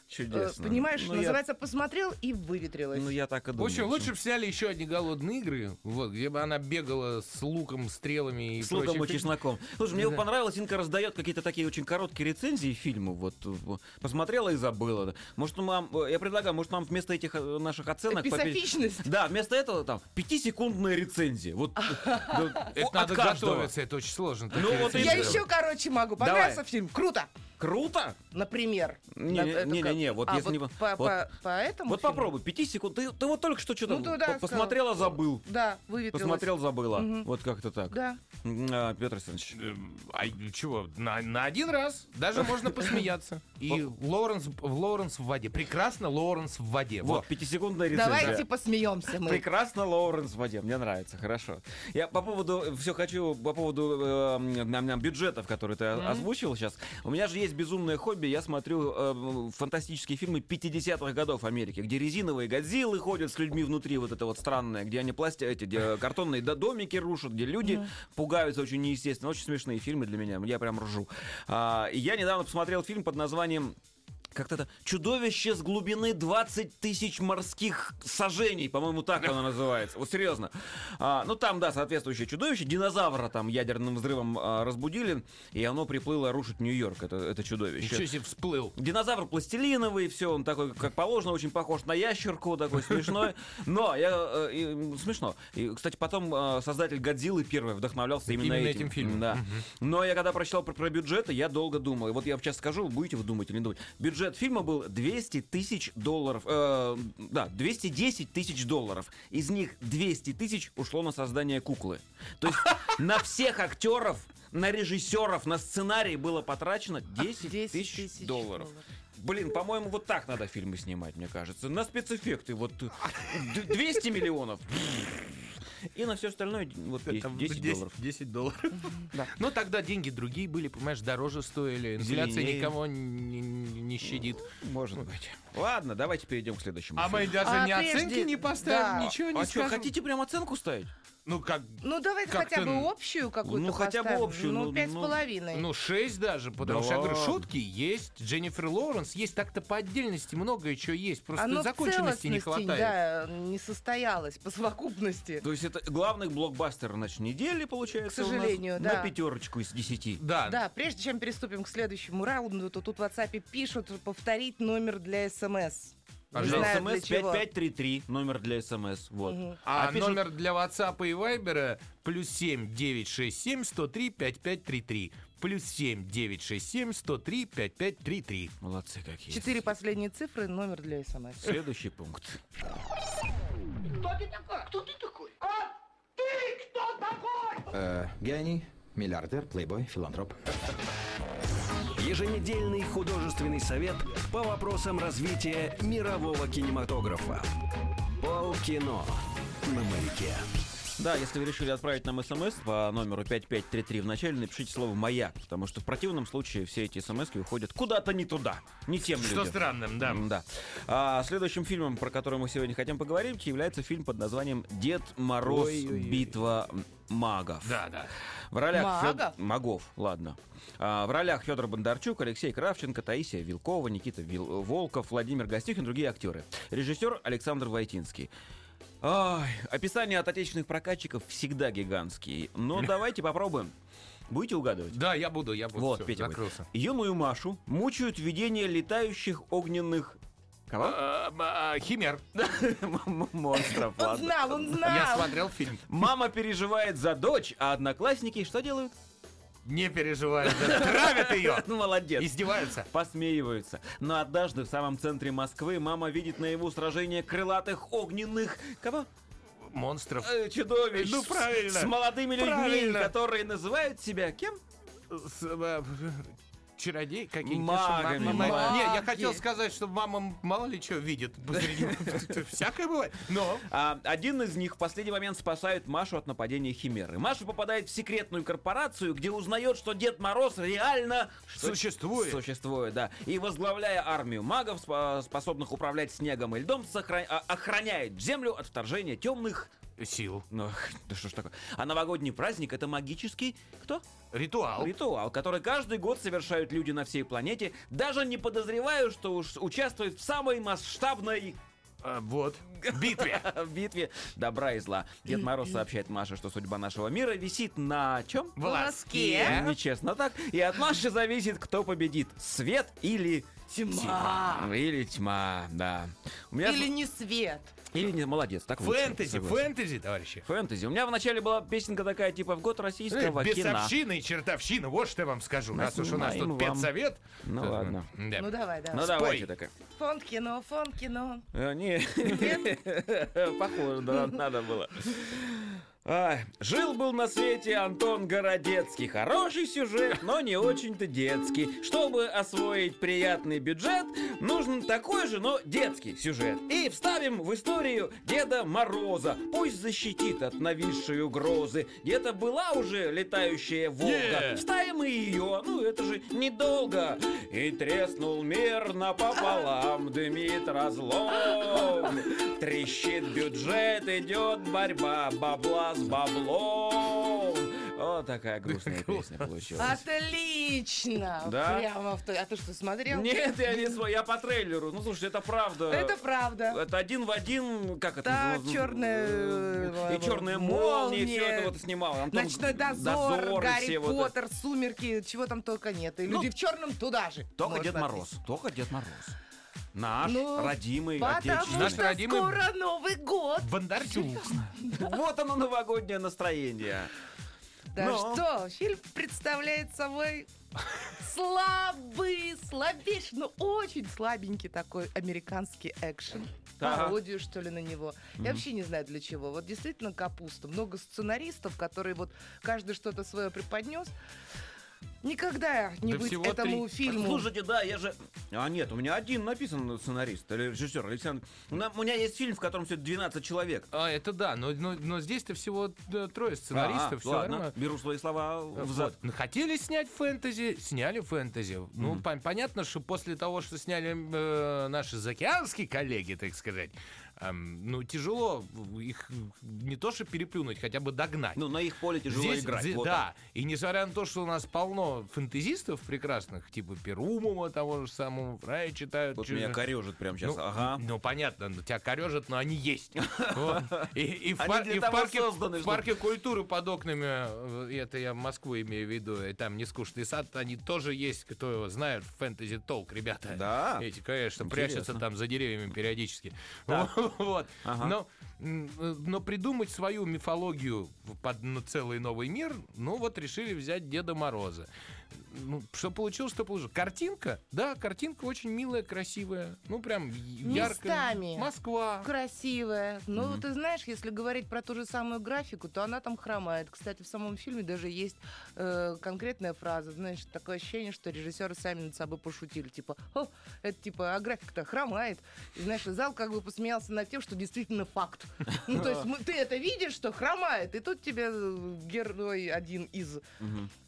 Speaker 2: Чудесно.
Speaker 3: понимаешь,
Speaker 2: Ну, я-
Speaker 3: называется, посмотрел и выветрилась.
Speaker 2: Ну, я так и
Speaker 4: В
Speaker 2: думал.
Speaker 4: общем, лучше бы сняли еще одни голодные игры, вот, где бы она бегала с луком, стрелами и
Speaker 2: С луком и
Speaker 4: прочей фигней.
Speaker 2: чесноком. Слушай, мне
Speaker 4: Да.
Speaker 2: понравилось, Инка раздает какие-то такие очень короткие рецензии фильмов. Вот в- посмотрела и забыла. Может, нам, э, я предлагаю, может, нам вместо этих э, наших оценок... по пи-
Speaker 3: Эписофичность.
Speaker 2: Да, вместо этого там пятисекундная рецензия. Вот ну, да,
Speaker 4: Это
Speaker 2: от
Speaker 4: надо
Speaker 2: каждого.
Speaker 4: готовиться, это очень сложно.
Speaker 2: Ну,
Speaker 4: такие
Speaker 2: вот
Speaker 4: рецепты.
Speaker 3: Я еще, короче, могу.
Speaker 2: Давай.
Speaker 3: Понравился фильм? Круто!
Speaker 2: Круто!
Speaker 3: Например.
Speaker 2: Не,
Speaker 3: Да,
Speaker 2: не,
Speaker 3: это
Speaker 2: не,
Speaker 3: как-
Speaker 2: не, вот
Speaker 3: А,
Speaker 2: если не
Speaker 3: вот
Speaker 2: по-
Speaker 3: по-
Speaker 2: вот-
Speaker 3: по- по этому
Speaker 2: Вот
Speaker 3: фильму?
Speaker 2: попробуй, пяти секунд. Ты, ты вот только что что-то
Speaker 3: Ну, да, да,
Speaker 2: посмотрела,
Speaker 3: сказала.
Speaker 2: забыл.
Speaker 3: Да, выветрилась.
Speaker 2: Посмотрел, забыла.
Speaker 3: Мгм.
Speaker 2: Вот как-то так.
Speaker 3: Да.
Speaker 2: М, а, Петр Александрович.
Speaker 4: Эм, А чего? На, на один раз даже можно посмеяться. И Лоуренс, Лоуренс в воде. Прекрасно Лоуренс в воде.
Speaker 2: Вот,
Speaker 4: Вот.
Speaker 2: пятисекундная рецензия.
Speaker 3: Давайте посмеемся мы.
Speaker 2: Прекрасно, Лоуренс в воде, мне нравится, хорошо. Я по поводу, все хочу по поводу э, нам, нам бюджетов, которые ты о- озвучил сейчас. У меня же есть безумное хобби, я смотрю э, фантастические фильмы 50-х годов Америки, где резиновые годзиллы ходят с людьми внутри, вот это вот странное, где они пласти, эти где картонные до- домики рушат, где люди пугаются очень неестественно. Очень смешные фильмы для меня, я прям ржу. А, и я недавно посмотрел фильм под названием как-то это чудовище с глубины 20 тысяч морских сажений, по-моему, так оно называется. Вот серьезно. А, ну там, да, соответствующее чудовище. Динозавра там ядерным взрывом а, разбудили, и оно приплыло рушить Нью-Йорк, это, это чудовище.
Speaker 4: Ничего себе всплыл.
Speaker 2: Динозавр пластилиновый, все, он такой, как положено, очень похож на ящерку, такой смешной. Но я э, и, м, смешно. И, кстати, потом э, создатель Годзиллы первый вдохновлялся именно,
Speaker 4: Именно этим фильмом.
Speaker 2: Да. Но я когда прочитал про, про бюджеты, я долго думал. И вот я вам сейчас скажу, будете вы думать или не думать. Бюджет фильма был 200 тысяч долларов. э, да, 210 тысяч долларов. Из них 200 тысяч ушло на создание куклы. То есть на всех актеров, на режиссеров, на сценарий было потрачено 10
Speaker 3: 10
Speaker 2: тысяч
Speaker 3: тысяч
Speaker 2: долларов. Блин, по-моему, вот так надо фильмы снимать, мне кажется. На спецэффекты вот э, д- 200 миллионов. И на все остальное вот
Speaker 4: Э,
Speaker 2: 10, 10 долларов.
Speaker 4: 10 долларов.
Speaker 2: Да.
Speaker 4: Но тогда деньги другие были, понимаешь, дороже стоили. Инфляция
Speaker 2: Зеленее.
Speaker 4: никого не, не- не щадит.
Speaker 2: Может быть. Ладно, давайте перейдем к следующему.
Speaker 4: А
Speaker 2: фильму.
Speaker 4: мы даже
Speaker 3: А
Speaker 4: ни
Speaker 3: прежде-
Speaker 4: оценки не поставим,
Speaker 3: да.
Speaker 4: ничего не
Speaker 2: А что,
Speaker 4: скажем.
Speaker 2: хотите прям оценку ставить?
Speaker 4: Ну, как,
Speaker 3: Ну, давайте
Speaker 4: Как-то,
Speaker 3: хотя бы общую какую-то
Speaker 2: ну, хотя бы
Speaker 3: поставим.
Speaker 2: общую, ну,
Speaker 3: Ну, пять с
Speaker 2: ну,
Speaker 3: половиной.
Speaker 4: ну, 6 даже, потому
Speaker 2: Да
Speaker 4: что, я говорю,
Speaker 2: ладно.
Speaker 4: шутки есть, Дженнифер Лоуренс есть, так-то по отдельности многое чего есть, просто
Speaker 3: Оно в
Speaker 4: законченности
Speaker 3: целостности,
Speaker 4: не хватает.
Speaker 3: Да, не состоялось по совокупности.
Speaker 2: То есть это главный блокбастер значит, недели, получается,
Speaker 3: К сожалению,
Speaker 2: у нас на
Speaker 3: да.
Speaker 2: пятерочку из десяти.
Speaker 4: Да,
Speaker 3: Да, прежде чем приступим к следующему раунду, то тут в WhatsApp пишут повторить номер для СМС. Не
Speaker 4: Пожалуйста.
Speaker 3: знаю, для
Speaker 2: А СМС
Speaker 3: чего.
Speaker 2: 5533, номер для СМС. Вот.
Speaker 4: А,
Speaker 2: пишут-
Speaker 4: номер для WhatsApp и Viber плюс 7 967 103 5533. Плюс 7 967 103 5533.
Speaker 2: Молодцы какие.
Speaker 3: Четыре последние цифры, номер для СМС.
Speaker 2: Следующий пункт.
Speaker 7: Э, Гений, миллиардер, плейбой, филантроп.
Speaker 1: Еженедельный художественный совет по вопросам развития мирового кинематографа. Полкино на маяке.
Speaker 2: Да, если вы решили отправить нам смс по номеру 5533 вначале, напишите слово «Маяк», потому что в противном случае все эти смс уходят куда-то не туда, не тем
Speaker 4: Что
Speaker 2: людям.
Speaker 4: странным, да.
Speaker 2: М, Да. А, следующим фильмом, про который мы сегодня хотим поговорить, является фильм под названием «Дед Мороз. Битва магов».
Speaker 4: Да, да.
Speaker 2: В ролях Фё-
Speaker 3: Магов?
Speaker 2: Магов, ладно. А, в ролях Федор Бондарчук, Алексей Кравченко, Таисия Вилкова, Никита Вил- Волков, Владимир Гостихин, другие актеры. Режиссер Александр Войтинский. Ай, описания от отечественных прокатчиков всегда гигантские. Но давайте попробуем. Будете угадывать?
Speaker 4: Да, я буду, я буду.
Speaker 2: Вот,
Speaker 4: Всё,
Speaker 2: Петя будет.
Speaker 4: закрылся.
Speaker 2: Юную Машу мучают видения летающих огненных... Кого?
Speaker 4: А, а, а, Химер.
Speaker 2: М- м- Монстров,
Speaker 3: Он
Speaker 2: ладно. А
Speaker 3: знал, он
Speaker 4: Я
Speaker 3: знал.
Speaker 4: смотрел фильм.
Speaker 2: Мама переживает за дочь, а одноклассники что делают?
Speaker 4: Не переживай, да, травят ее.
Speaker 2: Молодец.
Speaker 4: Издеваются.
Speaker 2: Посмеиваются. Но однажды в самом центре Москвы мама видит наяву сражение крылатых огненных... Кого?
Speaker 4: Монстров.
Speaker 2: Э, Чудовищ.
Speaker 4: Ну,
Speaker 2: С-
Speaker 4: правильно.
Speaker 2: С молодыми людьми,
Speaker 4: Правильно.
Speaker 2: которые называют себя кем?
Speaker 4: С, э, Чародей какие-нибудь.
Speaker 2: Магами,
Speaker 4: что мама-
Speaker 2: маги.
Speaker 4: Не, я хотел сказать, что мама мало ли что видит. посреди- Всякое бывает. Но
Speaker 2: А, один из них в последний момент спасает Машу от нападения Химеры. Маша попадает в секретную корпорацию, где узнает, что Дед Мороз реально что-
Speaker 4: Существует.
Speaker 2: Существует, да. И возглавляя армию магов, спа- способных управлять снегом и льдом, сохра- а- охраняет землю от вторжения темных.
Speaker 4: сил.
Speaker 2: Ну, ах, да что ж такое? А новогодний праздник это магический кто?
Speaker 4: Ритуал.
Speaker 2: Ритуал, который каждый год совершают люди на всей планете, даже не подозревая, что уж участвует в самой масштабной
Speaker 4: А, Вот. Битве.
Speaker 2: в битве добра и зла. Дед Мороз сообщает Маше, что судьба нашего мира висит на чем?
Speaker 4: Волоске.
Speaker 2: Нечестно так. И от Маши зависит, кто победит. Свет или...
Speaker 3: Тьма.
Speaker 2: Или тьма, да. У меня...
Speaker 3: Или не свет.
Speaker 2: Или не... Молодец, так лучше,
Speaker 4: Фэнтези,
Speaker 2: согласен.
Speaker 4: фэнтези, товарищи.
Speaker 2: Фэнтези. У меня вначале была песенка такая, типа, в год российского кино.
Speaker 4: Э, Бесовщина и чертовщина, вот что я вам скажу. Раз уж у нас
Speaker 2: Наснимаем
Speaker 4: тут
Speaker 2: вам.
Speaker 4: педсовет.
Speaker 2: Ну ладно.
Speaker 4: Да.
Speaker 3: Ну давай, да.
Speaker 2: Ну давайте такая.
Speaker 3: Фонд кино, фонд кино.
Speaker 2: Э, Не, похоже, да, надо было. жил был на свете Антон Городецкий. Хороший сюжет, но не очень-то детский. Чтобы освоить приятный бюджет, нужен такой же, но детский сюжет. И вставим в историю Деда Мороза. Пусть защитит от нависшей угрозы. Где-то была уже летающая Волга.
Speaker 4: Е!
Speaker 2: Вставим и ее, ну это же недолго. И треснул мирно пополам, дымит разлом. Трещит бюджет, идет борьба бабла с баблом. Вот такая грустная песня
Speaker 3: А
Speaker 2: получилась.
Speaker 3: Отлично.
Speaker 2: Да?
Speaker 3: Прямо в той. А ты что, смотрел?
Speaker 2: Нет, я не свой, я по трейлеру. Ну слушай, это правда.
Speaker 3: Это правда.
Speaker 2: Это один в один, как это?
Speaker 3: Да,
Speaker 2: называлось?
Speaker 3: «Черная,
Speaker 2: И черная
Speaker 3: э,
Speaker 2: молния, и все
Speaker 3: молния».
Speaker 2: это вот снимал. Антон
Speaker 3: Ночной дозор,
Speaker 2: Дозор, и
Speaker 3: Гарри
Speaker 2: все вот это.
Speaker 3: Поттер, сумерки, чего там только нет. И
Speaker 2: Ну,
Speaker 3: люди в черном туда же.
Speaker 2: Только
Speaker 3: можно
Speaker 2: Дед Мороз. Только Дед Мороз. Наш
Speaker 3: Ну,
Speaker 2: родимый
Speaker 3: Потому
Speaker 2: отечественный.
Speaker 4: Наш
Speaker 3: что
Speaker 4: родимый-
Speaker 3: скоро Новый год.
Speaker 4: Бондарчук.
Speaker 2: Вот оно новогоднее настроение.
Speaker 3: Да
Speaker 2: Но.
Speaker 3: что, фильм представляет собой слабый, слабейший, но очень слабенький такой американский экшен.
Speaker 2: Так.
Speaker 3: Пародию, что ли, на него. Я вообще не знаю, для чего. Вот действительно капуста. Много сценаристов, которые вот каждый что-то свое преподнес. Никогда не
Speaker 4: Да
Speaker 3: быть
Speaker 4: всего
Speaker 3: этому фильму.
Speaker 2: Слушайте, да, я же... А нет, у меня один написан сценарист, или режиссер Александр. У на- у меня есть фильм, в котором все 12 человек.
Speaker 4: А, это да, но, но, но здесь-то всего да,
Speaker 2: А,
Speaker 4: трое
Speaker 2: а,
Speaker 4: сценаристов, все
Speaker 2: ладно, беру свои
Speaker 3: Э,
Speaker 2: слова взад.
Speaker 4: Вот. Ну, Хотели снять фэнтези, сняли фэнтези. Ну, пон- понятно, что после того, что сняли э, наши заокеанские коллеги, так сказать, эм, ну, тяжело их не то что переплюнуть, хотя бы догнать.
Speaker 2: Ну, на их поле тяжело
Speaker 4: Здесь-
Speaker 2: играть.
Speaker 4: зе-
Speaker 2: вот
Speaker 4: да, и несмотря на то, что у нас полно фэнтезистов прекрасных, типа Перумова, того же самого, Рая читают.
Speaker 2: так. Вот меня корежит прямо сейчас.
Speaker 4: Ну,
Speaker 2: ага.
Speaker 4: ну, понятно, ну, тебя корежат, но они есть. Вот. И, и в,
Speaker 2: Они
Speaker 4: пар-
Speaker 2: для
Speaker 4: и в
Speaker 2: того
Speaker 4: парке,
Speaker 2: созданы,
Speaker 4: в
Speaker 2: чтобы-
Speaker 4: парке культуры под окнами, э, это я Москву имею в виду, и там нескучный сад, они тоже есть, кто его знает, фэнтези толк, ребята.
Speaker 2: Да?
Speaker 4: Эти, конечно,
Speaker 2: Интересно.
Speaker 4: прячутся там за деревьями периодически. Вот.
Speaker 2: Ага.
Speaker 4: Но, м, э, но придумать свою мифологию в- под ну, целый новый мир, ну вот решили взять Деда Мороза. Ну, что получилось, что получилось. Картинка, да, картинка очень милая, красивая. Ну, прям я- яркая.
Speaker 3: Местами.
Speaker 4: Москва.
Speaker 3: А. красивая. Ну, ты знаешь, если говорить про ту же самую графику, то она там хромает. Кстати, в самом фильме даже есть э, конкретная фраза. Знаешь, такое ощущение, что режиссеры сами над собой пошутили. Типа, «О, это типа, а график-то хромает. И, знаешь, зал как бы посмеялся над тем, что действительно факт. Ну, то есть мы- ты это видишь, что хромает, и тут тебе э, герой один из...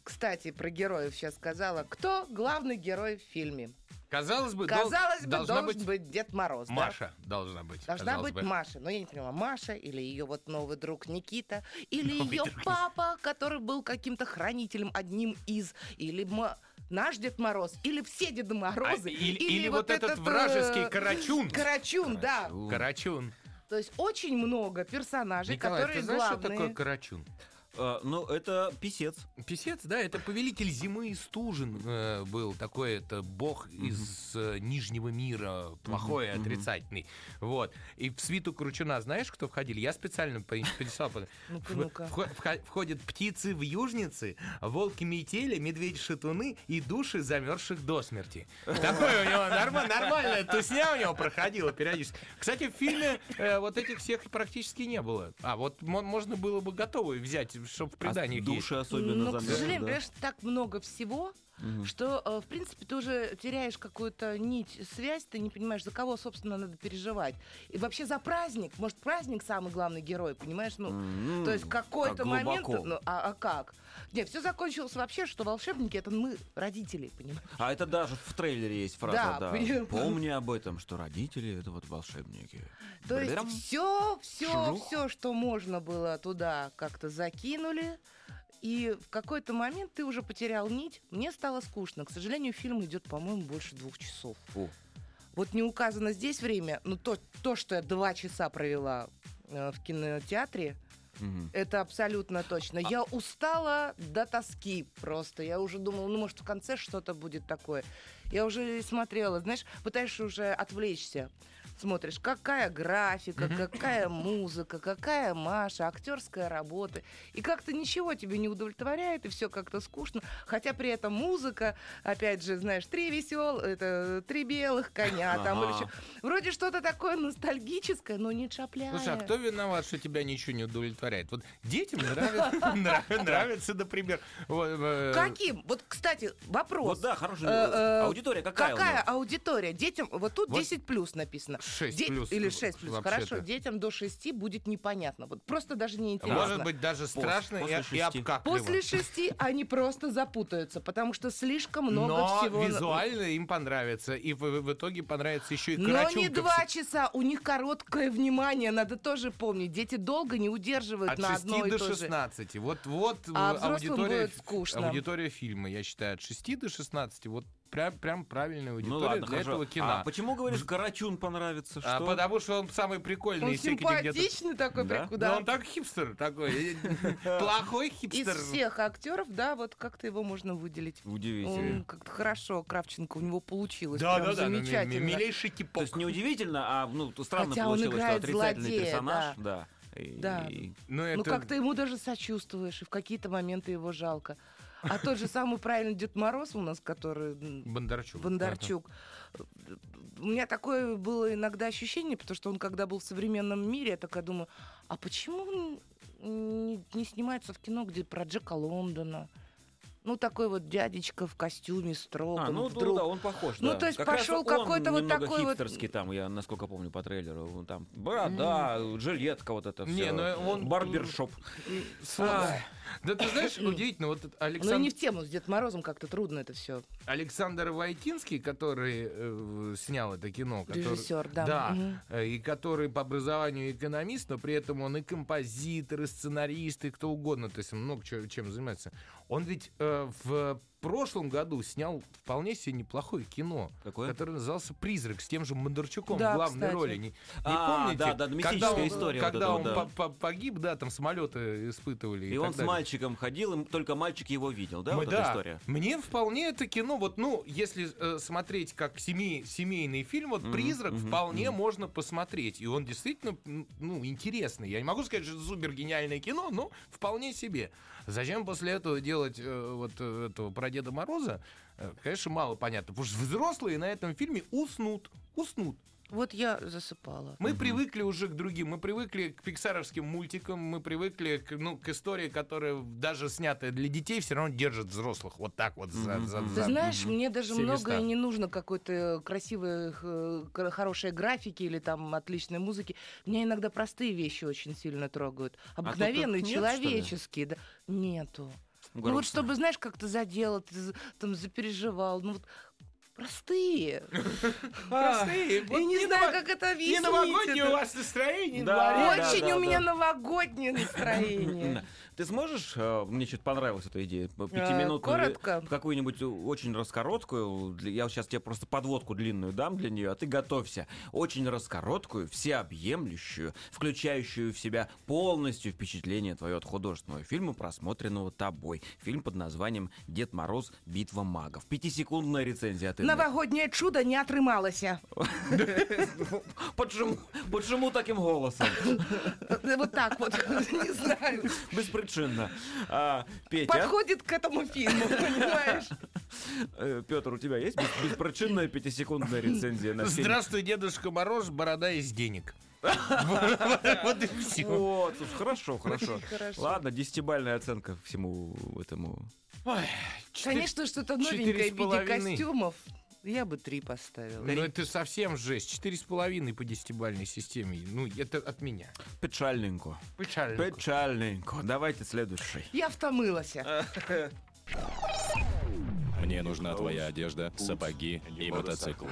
Speaker 3: Кстати, про героев сейчас сказала. Кто главный герой в фильме?
Speaker 4: Казалось бы, дол-
Speaker 3: Казалось бы,
Speaker 4: должна
Speaker 3: должен
Speaker 4: быть,
Speaker 3: быть Дед Мороз. да?
Speaker 4: Маша. Должна быть.
Speaker 3: Должна
Speaker 4: казалось
Speaker 3: быть
Speaker 4: бы.
Speaker 3: Маша. Но я не понимаю, Маша или ее вот новый друг Никита, или ее папа, который был каким-то хранителем одним из, или ма- наш Дед Мороз, или все Деды
Speaker 4: А,
Speaker 3: Морозы,
Speaker 4: или, или вот этот, вражеский
Speaker 3: э,
Speaker 4: Карачун.
Speaker 3: Карачун, да.
Speaker 4: Карачун.
Speaker 3: То есть очень много персонажей,
Speaker 4: Николай,
Speaker 3: которые
Speaker 4: ты знаешь, что
Speaker 3: главные.
Speaker 4: такое Карачун?
Speaker 2: Э, ну, это писец.
Speaker 4: Песец, да, это повелитель зимы и стужин э, был такой, это бог из э, нижнего мира, плохой и
Speaker 2: мгм.
Speaker 4: отрицательный, вот. И в свиту Кручуна знаешь, кто входили? Я специально по- перечислял. потому-
Speaker 3: Ну-ка,
Speaker 4: В-
Speaker 3: ну-ка.
Speaker 4: вхо- вхо- Входят птицы в южницы, волки метели, медведь шатуны и души замерзших до смерти. Такое у него норма- нормальная тусня у него проходила периодически. Кстати, в фильме э, вот этих всех практически не было. А вот мо- можно было бы готовые взять, чтобы в преданиях
Speaker 2: А
Speaker 4: есть.
Speaker 2: Души особенно
Speaker 3: Ну, к
Speaker 2: замерзли,
Speaker 3: сожалению,
Speaker 2: да.
Speaker 3: понимаешь, так много всего, что, э, в принципе, ты уже теряешь какую-то нить, связь, ты не понимаешь, за кого, собственно, надо переживать. И вообще за праздник. Может, праздник самый главный герой, понимаешь? Ну,
Speaker 2: М,
Speaker 3: то есть в какой-то
Speaker 2: как
Speaker 3: момент...
Speaker 2: глубоко.
Speaker 3: ну, а, а как? Не, все закончилось вообще, что волшебники — это мы, родители, понимаешь?
Speaker 2: А это даже в трейлере есть фраза,
Speaker 3: Да,
Speaker 2: да.
Speaker 3: понимаю.
Speaker 2: Помни об этом, что родители это вот волшебники.
Speaker 3: То
Speaker 2: Бррррам.
Speaker 3: есть все, все,
Speaker 2: Шрух.
Speaker 3: все, что можно было туда как-то закинули. И в какой-то момент ты уже потерял нить. Мне стало скучно. К сожалению, фильм идет, по-моему, больше двух часов.
Speaker 2: О.
Speaker 3: Вот не указано здесь время, но то, то что я два часа провела э, в кинотеатре,
Speaker 2: Мгм.
Speaker 3: это абсолютно точно.
Speaker 4: А
Speaker 3: Я устала до тоски просто. Я уже думала, ну, может, в конце что-то будет такое. Я уже смотрела, знаешь, пытаешься уже отвлечься. Смотришь, какая графика, какая музыка, какая Маша, актерская работа. И как-то ничего тебе не удовлетворяет, и все как-то скучно. Хотя при этом музыка, опять же, знаешь, три весел, это три белых коня, там или
Speaker 2: Ага.
Speaker 3: еще. Вроде что-то такое ностальгическое, но не чапляет.
Speaker 4: Слушай, а кто виноват, что тебя ничего не удовлетворяет? Вот детям нравится, нрав- нравится, например. вот, э,
Speaker 3: Каким? Вот, кстати, вопрос.
Speaker 2: Вот да, хорошая
Speaker 3: Э, э,
Speaker 2: аудитория какая? у
Speaker 3: Какая
Speaker 2: нас?
Speaker 3: аудитория? Детям, вот тут
Speaker 4: Вот.
Speaker 3: 10 плюс написано.
Speaker 4: Шесть
Speaker 3: Де-
Speaker 4: плюс,
Speaker 3: Или
Speaker 4: ну,
Speaker 3: 6 плюс.
Speaker 4: вообще-то.
Speaker 3: Хорошо, детям до 6 будет непонятно. Вот просто даже неинтересно.
Speaker 4: Может быть, даже страшно и-
Speaker 2: после
Speaker 4: и
Speaker 2: шести.
Speaker 4: обкакливо.
Speaker 3: После 6 они просто запутаются, потому что слишком много
Speaker 4: Но
Speaker 3: всего.
Speaker 4: визуально им понравится. И в, в итоге понравится еще и
Speaker 3: Но
Speaker 4: Карачунка.
Speaker 3: не два часа, у них короткое внимание, надо тоже помнить. Дети долго не удерживают
Speaker 4: От
Speaker 3: на
Speaker 4: 6
Speaker 3: одной и
Speaker 4: до
Speaker 3: то же.
Speaker 4: 16. Вот, вот
Speaker 3: А
Speaker 4: э,
Speaker 3: взрослым
Speaker 4: аудитория,
Speaker 3: будет скучно.
Speaker 4: аудитория фильма, я считаю, от 6 до 16. Вот прям, прям правильная аудитория
Speaker 2: Ну ладно,
Speaker 4: для
Speaker 2: хорошо.
Speaker 4: этого кино.
Speaker 2: А почему говоришь, Карачун понравится?
Speaker 4: А
Speaker 2: Что?
Speaker 4: потому что он самый прикольный
Speaker 3: Он
Speaker 4: из всех, где где-то
Speaker 3: симпатичный такой,
Speaker 2: Да?
Speaker 3: прикуда.
Speaker 4: Да Ну, он так хипстер такой. э, Плохой
Speaker 3: Из
Speaker 4: хипстер.
Speaker 3: всех актеров, да, вот как-то его можно выделить.
Speaker 2: Удивительно.
Speaker 3: Он как-то хорошо, Кравченко, у него получилось.
Speaker 4: Да,
Speaker 3: прям
Speaker 4: да, да. ну, ми-
Speaker 3: Замечательно.
Speaker 4: ми- Милейший
Speaker 2: То
Speaker 4: типок.
Speaker 2: есть не удивительно, а ну, то странно
Speaker 3: Хотя он
Speaker 2: получилось, что
Speaker 3: играет
Speaker 2: отрицательный
Speaker 3: злодея,
Speaker 2: персонаж. Да. И-
Speaker 3: Да.
Speaker 2: и-
Speaker 3: Ну,
Speaker 4: Ну, это-
Speaker 3: как-то ему даже сочувствуешь, и в какие-то моменты его жалко. А тот же самый правильный Дед Мороз у нас, который м,
Speaker 4: Бондарчук.
Speaker 3: Бондарчук. У меня такое было иногда ощущение, потому что он когда был в современном мире, я такая думаю, а почему он не, не снимается в кино, где про Джека Лондона? Ну, такой вот дядечка в костюме строго.
Speaker 2: А, ну, ну
Speaker 3: вдруг.
Speaker 2: да, он похож.
Speaker 3: Ну,
Speaker 2: да.
Speaker 3: то есть
Speaker 2: Как раз
Speaker 3: пошёл
Speaker 2: он
Speaker 3: какой-то вот
Speaker 2: немного
Speaker 3: такой вот-
Speaker 2: хипстерский там, я насколько помню по трейлеру. Он Там борода, жилетка вот это все.
Speaker 4: Не, ну, он-
Speaker 2: Барбершоп.
Speaker 4: Да. Слава. Да ты знаешь, удивительно, вот этот
Speaker 3: Ну, и не
Speaker 4: Александр,
Speaker 3: в тему, с Дед Морозом как-то трудно это все.
Speaker 4: Александр Войтинский, который э, снял это кино. который-
Speaker 3: Режиссер, да.
Speaker 4: Да,
Speaker 3: Мгм.
Speaker 4: э, и который по образованию экономист, но при этом он и композитор, и сценарист, и кто угодно, то есть он много чё- чем занимается. Он ведь э, в прошлом году снял вполне себе неплохое кино.
Speaker 2: Какое?
Speaker 4: который назывался «Призрак» с тем же Бондарчуком
Speaker 3: Да,
Speaker 4: в главной
Speaker 3: кстати.
Speaker 4: роли. Не, не
Speaker 2: А,
Speaker 4: помните?
Speaker 2: да, да, мистическая
Speaker 4: когда он,
Speaker 2: история вот
Speaker 4: Когда
Speaker 2: эта вот,
Speaker 4: он
Speaker 2: да.
Speaker 4: по- по- погиб, да, там самолеты испытывали.
Speaker 2: И,
Speaker 4: так
Speaker 2: он с
Speaker 4: далее.
Speaker 2: мальчиком ходил, и только мальчик его видел, да,
Speaker 4: Мы-
Speaker 2: вот эта история?
Speaker 4: Мне вполне это кино, вот, ну, если э, смотреть как семи- семейный фильм, вот «Призрак» вполне можно посмотреть. И он действительно, м, ну, интересный. Я не могу сказать, что это супер гениальное кино, но вполне себе. Зачем после этого делать э, вот э, этого про Деда Мороза, Э, конечно, мало понятно. Потому что взрослые на этом фильме уснут. Уснут.
Speaker 3: Вот я засыпала.
Speaker 4: Мы привыкли уже к другим, мы привыкли к пиксаровским мультикам, мы привыкли к, ну, к истории, которая даже снятая для детей, все равно держит взрослых вот так вот за... за-
Speaker 3: Ты
Speaker 4: за-
Speaker 3: знаешь, мне даже
Speaker 4: Все
Speaker 3: многое
Speaker 4: места.
Speaker 3: не нужно какой-то красивой, э, кра- хорошей графики или там отличной музыки. Меня иногда простые вещи очень сильно трогают.
Speaker 2: А тут их
Speaker 3: Обыкновенные,
Speaker 2: нет, что ли?
Speaker 3: человеческие. да. Нету. Ну вот
Speaker 2: Грустно.
Speaker 3: чтобы, знаешь, как-то задело, ты за- там запереживал. Ну вот простые.
Speaker 2: А,
Speaker 4: Простые. вот
Speaker 3: Я не
Speaker 4: не
Speaker 3: знаю,
Speaker 4: ново-
Speaker 3: как это
Speaker 4: Не
Speaker 3: объяснить.
Speaker 4: новогоднее
Speaker 3: это.
Speaker 4: у вас настроение,
Speaker 2: Да.
Speaker 4: Марина.
Speaker 3: Очень
Speaker 2: да,
Speaker 3: у меня
Speaker 2: да.
Speaker 3: новогоднее настроение.
Speaker 2: Ты сможешь, э, мне что-то понравилась эта идея, п-
Speaker 3: Э,
Speaker 2: пятиминутную,
Speaker 3: коротко?
Speaker 2: какую-нибудь э, очень раскороткую, для- я сейчас тебе просто подводку длинную дам для нее, а ты готовься. Очень раскороткую, всеобъемлющую, включающую в себя полностью впечатление твое от художественного фильма, просмотренного тобой. Фильм под названием «Дед Мороз. Битва магов». Пятисекундная рецензия а от Инны.
Speaker 3: Новогоднее чудо не отрымалось.
Speaker 2: Почему, почему таким голосом?
Speaker 3: Э, Вот так вот, не знаю.
Speaker 2: Беспричинно. А, Петя?
Speaker 3: Подходит к этому фильму, понимаешь?
Speaker 2: Петр, э, у тебя есть бес- беспричинная пятисекундная рецензия на фильм?
Speaker 4: Здравствуй, Дедушка Мороз, борода из денег. Вот и
Speaker 3: Ну,
Speaker 4: все.
Speaker 2: Вот, слушай, хорошо, хорошо.
Speaker 3: Хорошо.
Speaker 2: Ладно, десятибальная оценка всему этому.
Speaker 3: Конечно, что-то
Speaker 4: четыре
Speaker 3: новенькое
Speaker 4: с
Speaker 3: в виде
Speaker 4: половиной.
Speaker 3: костюмов. Я бы три поставила.
Speaker 4: Ну это совсем жесть. Четыре с половиной по десятибальной системе. Ну, это от меня.
Speaker 2: Печальненько.
Speaker 4: Печально.
Speaker 2: Печальненько. Давайте следующий.
Speaker 3: Я втомылась.
Speaker 8: Мне нужна твоя одежда, сапоги и мотоцикл.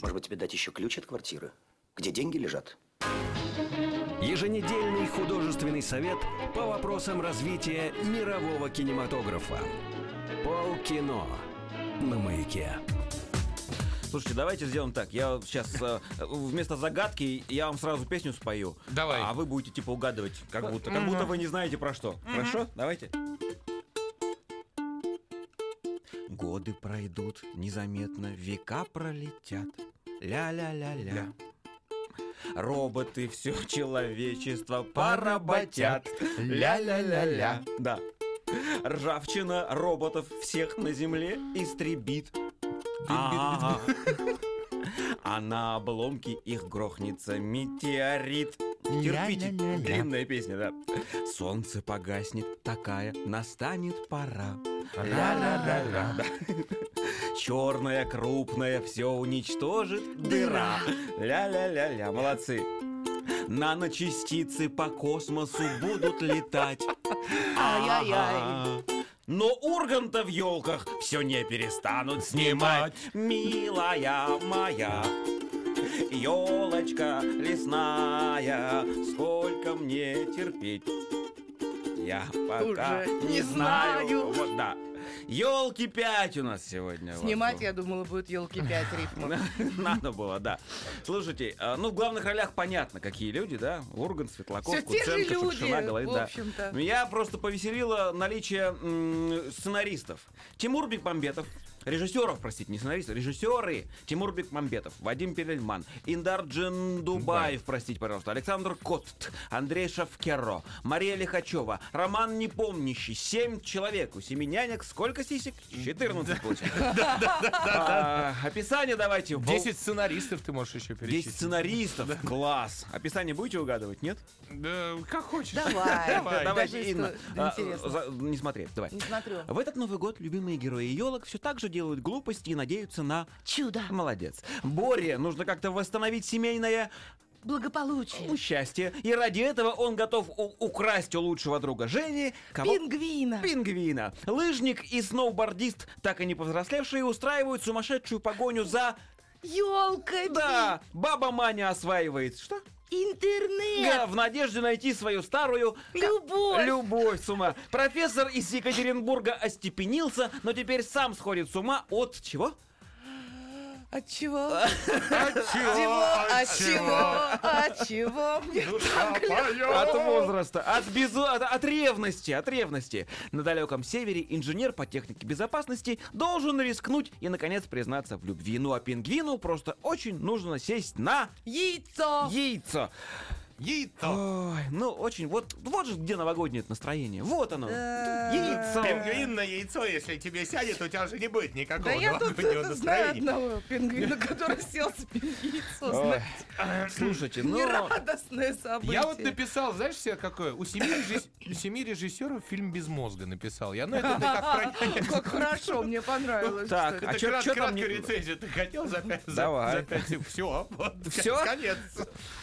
Speaker 9: Может быть, тебе дать еще ключ от квартиры, где деньги лежат?
Speaker 1: Еженедельный художественный совет по вопросам развития мирового кинематографа. Полкино на маяке.
Speaker 2: Слушайте, давайте сделаем так. Я сейчас э, вместо загадки я вам сразу песню спою.
Speaker 4: Давай.
Speaker 2: А вы будете типа угадывать, как будто. Как будто вы не знаете про что. Хорошо? Давайте. Годы пройдут незаметно, века пролетят. Ля-ля-ля-ля. Роботы все человечество поработят. Ля-ля-ля-ля. Да. Ржавчина роботов всех на земле истребит. Ага. А на обломки их грохнется метеорит. Терпите, длинная песня, да. Солнце погаснет, такая настанет пора. Ля-ля-ля-ля. Черная, крупная, все уничтожит дыра. Ля-ля-ля-ля, молодцы. Наночастицы по космосу будут летать.
Speaker 3: Ай-яй-яй.
Speaker 2: Ага. Но урганта в елках все не перестанут снимать. Милая моя, елочка лесная, сколько мне терпеть? Я пока
Speaker 3: Уже
Speaker 2: не
Speaker 3: не
Speaker 2: знаю.
Speaker 3: знаю.
Speaker 2: Вот да. Елки 5 у нас сегодня.
Speaker 3: Снимать,
Speaker 2: Владу.
Speaker 3: я думала, будет елки 5 рифмов.
Speaker 2: Надо было, да. Слушайте, а, ну в главных ролях понятно, какие люди, да? Урган, Светлаков,
Speaker 3: Все те же
Speaker 2: Куценко, Шукшина,
Speaker 3: люди,
Speaker 2: Головин,
Speaker 3: в
Speaker 2: да.
Speaker 3: общем-то.
Speaker 2: Меня просто повеселило наличие м, сценаристов. Тимур Бекмамбетов, режиссеров, простите, не сценаристов, режиссеры. Тимур Бекмамбетов, Вадим Перельман, Индар Джендубаев, простите, пожалуйста, Александр Котт, Андрей Шавкеро, Мария Лихачева, Роман Непомнящий, семь человек. У семи нянек сколько сисек? 14, получается. А, Описание давайте. Вол-
Speaker 4: Десять сценаристов ты можешь еще перечислить.
Speaker 2: 10 сценаристов. Класс. Описание будете угадывать, нет?
Speaker 4: Да, как хочешь.
Speaker 3: Давай.
Speaker 4: Давай.
Speaker 2: Давайте,
Speaker 3: Даже
Speaker 2: Инна.
Speaker 3: исто-
Speaker 2: а,
Speaker 3: интересно.
Speaker 2: за- Не смотреть, давай.
Speaker 3: Не смотрю.
Speaker 2: В этот Новый год любимые герои елок все так же делают глупости и надеются на...
Speaker 3: Чудо.
Speaker 2: Молодец. Боре нужно как-то восстановить семейное
Speaker 3: Благополучие.
Speaker 2: ну, счастье. И ради этого он готов у- украсть у лучшего друга Жени... Кого?
Speaker 3: Пингвина.
Speaker 2: Пингвина. Лыжник и сноубордист, так и не повзрослевшие, устраивают сумасшедшую погоню за...
Speaker 3: Елка.
Speaker 2: Да, баба Маня осваивает... Что?
Speaker 3: Интернет.
Speaker 2: Да, в надежде найти свою старую
Speaker 3: Любовь.
Speaker 2: любовь с ума. Профессор из Екатеринбурга остепенился, но теперь сам сходит с ума от чего?
Speaker 3: От чего?
Speaker 4: А,
Speaker 3: От А чего? От чего? Мне
Speaker 4: Ну
Speaker 3: так
Speaker 2: От возраста, от, безу... от, от ревности, от ревности. На далеком севере инженер по технике безопасности должен рискнуть и, наконец, признаться в любви. Ну а пингвину просто очень нужно сесть на
Speaker 3: Яйцо.
Speaker 2: яйцо.
Speaker 4: Яйцо.
Speaker 2: Ой, ну очень, вот, вот же где новогоднее настроение. Вот оно,
Speaker 3: Э,
Speaker 2: яйцо.
Speaker 4: Пингвин на яйцо, если тебе сядет, у тебя уже не будет никакого
Speaker 3: Да я тут
Speaker 4: новогоднего
Speaker 3: это, знаю
Speaker 4: настроения.
Speaker 3: одного пингвина, который сел с яйцо.
Speaker 2: Ой, Слушайте, ну...
Speaker 3: Нерадостное событие.
Speaker 4: Я вот написал, знаешь, себе какое? У семи, режис- у семи режиссеров фильм без мозга написал. Я, ну, это ты как про-
Speaker 3: Как хорошо, мне понравилось.
Speaker 2: Так,
Speaker 3: кстати.
Speaker 2: а
Speaker 4: Это
Speaker 2: чё-
Speaker 4: крат-
Speaker 2: чё там
Speaker 4: краткая
Speaker 2: не-
Speaker 4: рецензия. Ты хотел за пять?
Speaker 2: Давай.
Speaker 4: Все.
Speaker 2: Всё?
Speaker 4: Конец.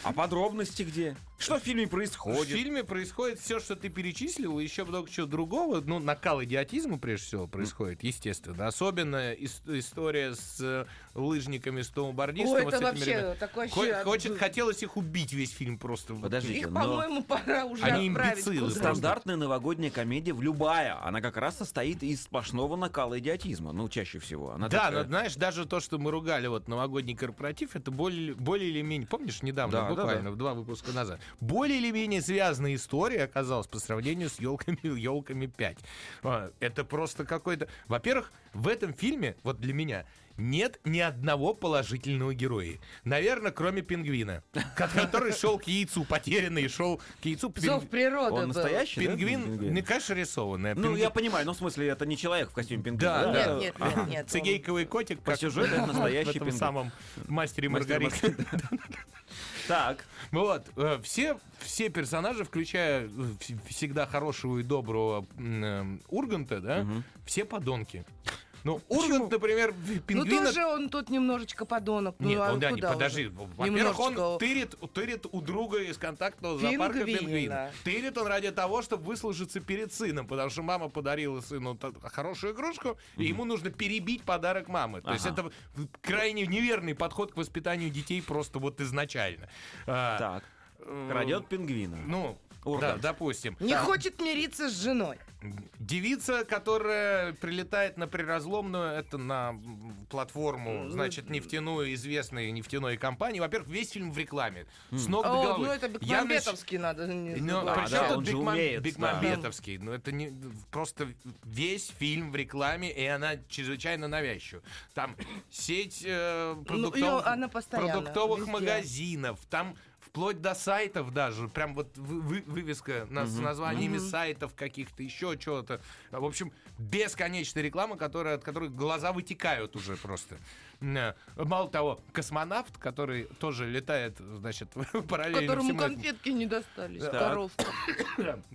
Speaker 2: А подробности где? деле? Что в фильме
Speaker 4: В
Speaker 2: происходит?
Speaker 4: фильме происходит все, что ты перечислил, и еще много чего другого. Ну, накал идиотизма, прежде всего, происходит, естественно. Особенно ис- история с э, лыжниками, с
Speaker 3: О,
Speaker 4: томбардистом.
Speaker 3: это вообще такое
Speaker 4: Хо-
Speaker 3: вообще...
Speaker 4: хочет, хотелось их убить весь фильм просто.
Speaker 2: Подождите,
Speaker 3: Их,
Speaker 2: но
Speaker 3: по-моему, пора уже
Speaker 4: Они
Speaker 3: отправить
Speaker 4: имбецилы
Speaker 3: куда-нибудь.
Speaker 4: просто.
Speaker 2: стандартная новогодняя комедия, в любая, она как раз состоит из сплошного накала идиотизма, ну, э, чаще всего. Она
Speaker 4: Да, ну,
Speaker 2: такая-
Speaker 4: но знаешь, даже то, что мы ругали вот новогодний корпоратив, это более, более или менее, помнишь, недавно,
Speaker 2: Да, да,
Speaker 4: буквально,
Speaker 2: да.
Speaker 4: в два выпуска назад, более или менее связанная история оказалась по сравнению с елками елками 5. А, Это просто какой-то... Во-первых, в этом фильме, вот для меня, нет ни одного положительного героя. Наверное, кроме пингвина, который шел к яйцу, потерянный, шел к яйцу. Пин-
Speaker 3: Зов природы был.
Speaker 2: Он настоящий, да,
Speaker 4: Пингвин, ну, конечно, рисованная.
Speaker 2: Ну, я понимаю, ну, в смысле, это не человек в костюме пингвина.
Speaker 4: Да,
Speaker 3: Нет,
Speaker 4: да.
Speaker 3: нет, нет, нет. он-
Speaker 4: Цигейковый котик,
Speaker 2: По
Speaker 4: как
Speaker 2: сюжету это настоящий
Speaker 4: в этом
Speaker 2: пингвин.
Speaker 4: самом мастере и
Speaker 2: Мастер и
Speaker 4: Маргарите.
Speaker 2: Так,
Speaker 4: Вот, э, все, все персонажи, включая э, вс- всегда хорошего и доброго м, эм, Урганта, да, все подонки. Ну, Ургант, например, в-
Speaker 3: Ну
Speaker 4: пингвина...
Speaker 3: тоже он тут немножечко подонок.
Speaker 4: Нет,
Speaker 3: ну, а
Speaker 4: он, да, не,
Speaker 3: куда
Speaker 4: подожди.
Speaker 3: уже?
Speaker 4: Во-первых, он
Speaker 3: Немножечко.
Speaker 4: тырит, тырит у друга из контактного зоопарка
Speaker 3: Пингвина.
Speaker 4: пингвина. Тырит он ради того, чтобы выслужиться перед сыном, потому что мама подарила сыну та- хорошую игрушку, и ему нужно перебить подарок мамы. То есть
Speaker 2: Ага.
Speaker 4: это в- крайне неверный подход к воспитанию детей просто вот изначально. А,
Speaker 2: так.
Speaker 4: э,
Speaker 2: Крадет пингвина.
Speaker 4: Ну, да,
Speaker 2: Ургант.
Speaker 4: допустим.
Speaker 3: Не
Speaker 4: Там-
Speaker 3: хочет мириться с женой.
Speaker 4: Девица, которая прилетает на приразломную, это на м, платформу, значит, нефтяную, известной нефтяной компании. Во-первых, весь фильм в рекламе. С ног до
Speaker 3: О,
Speaker 4: головы.
Speaker 3: ну это
Speaker 4: Я нач-
Speaker 3: Бекмамбетовский надо. не
Speaker 4: Ну,
Speaker 2: Да,
Speaker 3: забывать.
Speaker 4: причём
Speaker 2: А, да,
Speaker 4: тут
Speaker 2: он же
Speaker 4: Бекмам-
Speaker 2: умеет, да.
Speaker 4: Бекмамбетовский. Ну, это не просто весь фильм в рекламе, и она чрезвычайно навязчива. Там сеть э, продуктов-
Speaker 3: её Ну, она постоянно,
Speaker 4: продуктовых
Speaker 3: везде.
Speaker 4: магазинов, там вплоть до сайтов даже, прям вот вы- вы- вывеска на- с названиями сайтов каких-то, еще чего-то. В общем, бесконечная реклама, которая, от которой глаза вытекают уже просто. М, э, Мало того, космонавт, который тоже летает, значит, параллельно
Speaker 3: Которому
Speaker 4: всему этому.
Speaker 3: конфетки не достались,
Speaker 2: Так.
Speaker 3: коровка.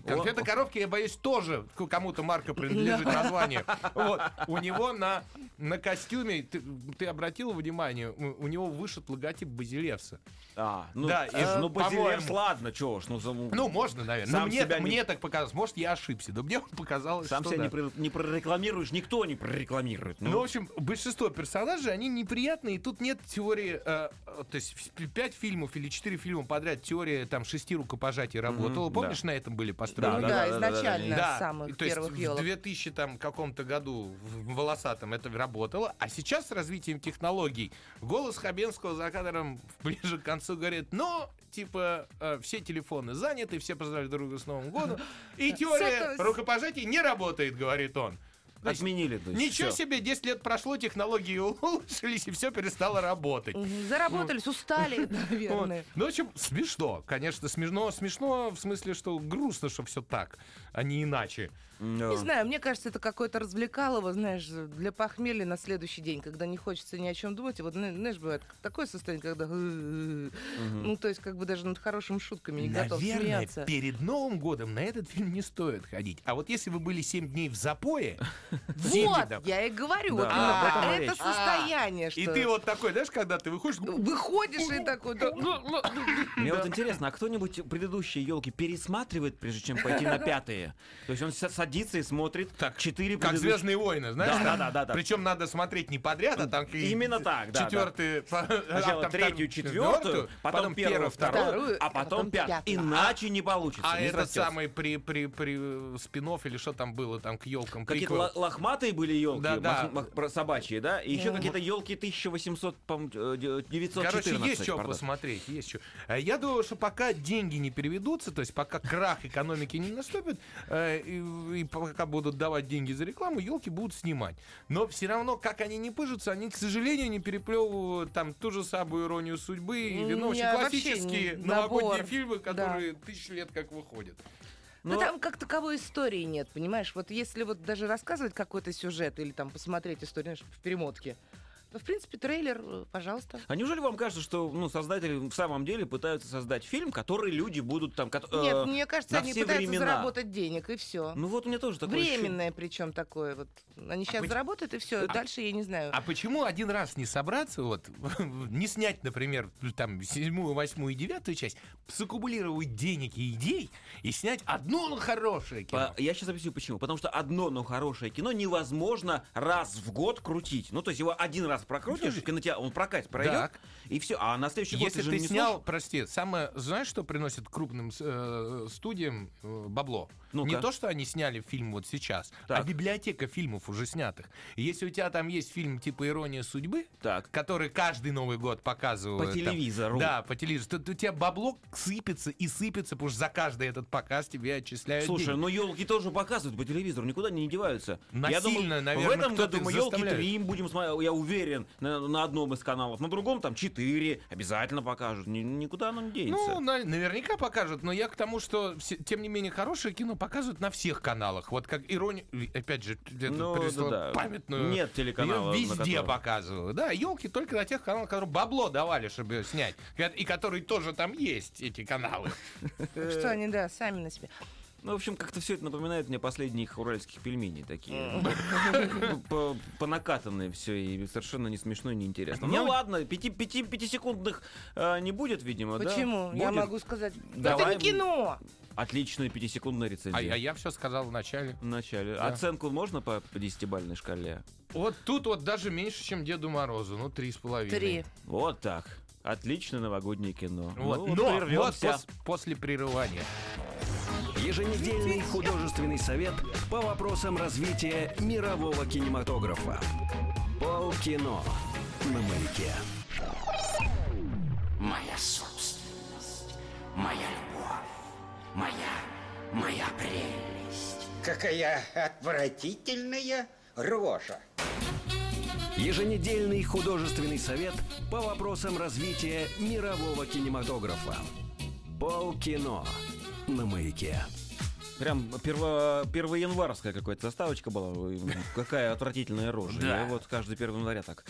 Speaker 4: Конфеты коровки, я боюсь, тоже к- кому-то марка принадлежит название. Вот. У него на, на костюме, ты, ты обратила внимание, у, у него вышит логотип Базилевса.
Speaker 2: А, ну,
Speaker 4: Да,
Speaker 2: да,
Speaker 4: и,
Speaker 2: ну
Speaker 4: э,
Speaker 2: Базилевс,
Speaker 4: по-моему.
Speaker 2: ладно, чего ж, ну, за-
Speaker 4: Ну, можно, наверное.
Speaker 2: Сам
Speaker 4: но мне,
Speaker 2: себя не-
Speaker 4: мне так показалось. Может, я ошибся. Но мне показалось,
Speaker 2: сам
Speaker 4: что
Speaker 2: себя
Speaker 4: да.
Speaker 2: не, пр- не прорекламируешь, никто не прорекламирует.
Speaker 4: Ну, в общем, большинство персонажей, они неприятные, и тут нет теории, э, э, то есть в- п- пять фильмов или четыре фильма подряд теория там шести рукопожатий работала.
Speaker 2: да.
Speaker 4: Помнишь, на этом были
Speaker 3: Ну
Speaker 4: построены?
Speaker 2: да,
Speaker 3: да,
Speaker 2: да, да,
Speaker 3: изначально
Speaker 4: Да,
Speaker 3: с самых
Speaker 4: то есть
Speaker 3: первых
Speaker 4: в
Speaker 3: елок.
Speaker 4: 2000 там каком-то году в в волосатом это работало, а сейчас с развитием технологий голос Хабенского за кадром ближе к концу говорит, но типа э, все телефоны заняты, все поздравили друг друга с Новым годом, и теория
Speaker 3: Сотовый.
Speaker 4: рукопожатий не работает, говорит он. То есть
Speaker 2: Отменили, то есть,
Speaker 4: Ничего
Speaker 2: всё.
Speaker 4: себе, 10 лет прошло, технологии улучшились, и все перестало работать.
Speaker 3: Мгм, Заработались, устали,
Speaker 4: Вот.
Speaker 3: наверное.
Speaker 4: Ну, в общем, смешно. Конечно, смешно. Смешно в смысле, что грустно, что все так, а не иначе.
Speaker 2: Да.
Speaker 3: Не знаю, мне кажется, это какое-то развлекалово, знаешь, для похмелья на следующий день, когда не хочется ни о чем думать. И вот, зна- знаешь, бывает такое состояние, когда... Ну, то есть, как бы даже над хорошими шутками не готов
Speaker 4: Наверное,
Speaker 3: смеяться.
Speaker 4: перед Новым годом на этот фильм не стоит ходить. А вот если вы были 7 дней в запое, 7
Speaker 3: Вот,
Speaker 4: дней, да,
Speaker 3: я и говорю, вот
Speaker 2: Да,
Speaker 3: именно
Speaker 4: об
Speaker 3: про
Speaker 4: этом
Speaker 3: это
Speaker 2: речь.
Speaker 3: состояние, что... Ну,
Speaker 4: и ты вот такой, знаешь, когда ты выходишь,
Speaker 3: Выходишь и такой... да, ну, ну,
Speaker 2: Мне вот интересно, а кто-нибудь предыдущие елки пересматривает, прежде чем пойти на пятые? То есть он с- садится и смотрит
Speaker 4: Так,
Speaker 2: четыре
Speaker 4: как
Speaker 2: предыдущих-
Speaker 4: Звездные войны, знаешь?
Speaker 2: Да,
Speaker 4: там.
Speaker 2: да, да, да.
Speaker 4: Причем надо смотреть не подряд, а там а,
Speaker 2: Именно так, да, да.
Speaker 4: Четвертый,
Speaker 2: Сначала третью, четвертую, потом, первую, вторую,
Speaker 3: вторую,
Speaker 2: а потом
Speaker 3: потом
Speaker 2: пятую.
Speaker 3: пятую.
Speaker 2: Иначе не получится.
Speaker 4: А
Speaker 2: не
Speaker 4: этот
Speaker 2: срастётся.
Speaker 4: самый при, при, при спинов или что там было, там к елкам,
Speaker 2: Какие-то ло- лохматые были елки,
Speaker 4: Да, да.
Speaker 2: собачьи, да? И еще какие-то елки 1800, по-моему, э, де- 914.
Speaker 4: Короче, есть что
Speaker 2: пардон.
Speaker 4: посмотреть, есть что. Я думаю, что пока деньги не переведутся, то есть пока крах экономики не наступит, э, и, и пока будут давать деньги за рекламу, елки будут снимать. Но все равно, как они не пыжатся, они, к сожалению, не переплевывают там ту же самую иронию судьбы или
Speaker 3: М,
Speaker 4: ну, очень
Speaker 3: я вообще
Speaker 4: классические
Speaker 3: не-
Speaker 4: новогодние
Speaker 3: набор,
Speaker 4: фильмы,
Speaker 3: да.
Speaker 4: которые тысячу лет как выходят.
Speaker 3: Ну, там как таковой истории нет, понимаешь? Вот если вот даже рассказывать какой-то сюжет или там посмотреть историю знаешь, в перемотке, В принципе, трейлер, э, пожалуйста.
Speaker 2: А неужели вам кажется, что ну, создатели в самом деле пытаются создать фильм, который люди будут там... кот- э,
Speaker 3: Нет, мне кажется,
Speaker 2: на
Speaker 3: они
Speaker 2: все
Speaker 3: пытаются
Speaker 2: времена.
Speaker 3: заработать денег, и все.
Speaker 2: Ну вот у меня тоже такое А ощущение.
Speaker 3: Временное, причем такое вот. Они сейчас
Speaker 4: поч-
Speaker 3: заработают, и все. Дальше я не знаю.
Speaker 4: А почему один раз не собраться, вот, не снять, например, там, седьмую, восьмую и девятую часть, саккумулировать денег и идей и снять одно ну, хорошее кино?
Speaker 2: По- Я сейчас объясню почему. Потому что одно, но хорошее кино невозможно раз в год крутить. Ну, то есть его один раз прокрутишь, в кинотеатр, он прокатит, пройдет,
Speaker 4: Так.
Speaker 2: и все. А на следующий год
Speaker 4: Если
Speaker 2: же
Speaker 4: ты
Speaker 2: не
Speaker 4: снял,
Speaker 2: сможешь.
Speaker 4: прости, самое, знаешь, что приносит крупным э, студиям э, бабло?
Speaker 2: Ну-ка.
Speaker 4: Не то, что они сняли фильм вот сейчас, а
Speaker 2: Так.
Speaker 4: библиотека фильмов уже снятых. И Если у тебя там есть фильм типа «Ирония судьбы»,
Speaker 2: Так.
Speaker 4: который каждый Новый год показывают.
Speaker 2: По
Speaker 4: там.
Speaker 2: телевизору.
Speaker 4: да, по телевизору. То- то у тебя бабло сыпется и сыпется, потому что за каждый этот показ тебе отчисляют
Speaker 2: Слушай,
Speaker 4: деньги.
Speaker 2: ну елки тоже показывают по телевизору, никуда не деваются. я
Speaker 4: Насильно,
Speaker 2: думаю, в
Speaker 4: наверное,
Speaker 2: этом
Speaker 4: кто-то
Speaker 2: году мы
Speaker 4: их
Speaker 2: елки
Speaker 4: заставляет.
Speaker 2: 3 будем смотреть, я уверен, на, на одном из каналов, на другом там 4 обязательно покажут. Ни- никуда оно не
Speaker 4: Ну,
Speaker 2: денется.
Speaker 4: на- наверняка покажут, но я к тому, что, все- тем не менее, хорошее кино показывают на всех каналах. Вот как ирония... Опять же, это
Speaker 2: Ну,
Speaker 4: принесло
Speaker 2: да, да.
Speaker 4: памятную...
Speaker 2: Нет телеканала,
Speaker 4: Её
Speaker 2: на
Speaker 4: везде
Speaker 2: котором-
Speaker 4: показывают. Да, елки только на тех каналах, которые бабло давали, чтобы её снять. И которые тоже там есть, эти каналы.
Speaker 3: э,
Speaker 2: э,
Speaker 3: Что они, да, сами на себе.
Speaker 2: Ну, в общем, как-то все это напоминает мне последних уральских пельменей такие. По- Понакатанные все и совершенно не смешно и неинтересно. Ну
Speaker 4: Ну,
Speaker 2: ладно, пяти- пяти- пятисекундных э, не будет, видимо, да?
Speaker 3: Почему? Я
Speaker 2: Будет.
Speaker 3: могу сказать. Это
Speaker 2: Давай.
Speaker 3: не кино.
Speaker 2: Отличная пятисекундная
Speaker 4: А, а
Speaker 2: рецензия.
Speaker 4: я все сказал в начале.
Speaker 2: В начале.
Speaker 4: Да.
Speaker 2: Оценку можно по по десятибалльной шкале?
Speaker 4: Вот тут вот даже меньше, чем Деду Морозу. Ну, три с половиной.
Speaker 3: Три.
Speaker 2: Вот так. Отличное новогоднее кино.
Speaker 4: Вот,
Speaker 2: Ну,
Speaker 4: но вот
Speaker 2: прервёмся.
Speaker 4: пос- после прерывания.
Speaker 1: Еженедельный художественный совет по вопросам развития мирового кинематографа. Полкино на маяке.
Speaker 9: Моя собственность, моя любовь, моя, моя прелесть.
Speaker 10: Какая отвратительная рожа.
Speaker 1: Еженедельный художественный совет по вопросам развития мирового кинематографа. Полкино на маяке.
Speaker 2: Прям перво... первоянварская какая-то заставочка была. Ой, Какая отвратительная рожа. Я вот каждый 1 января так.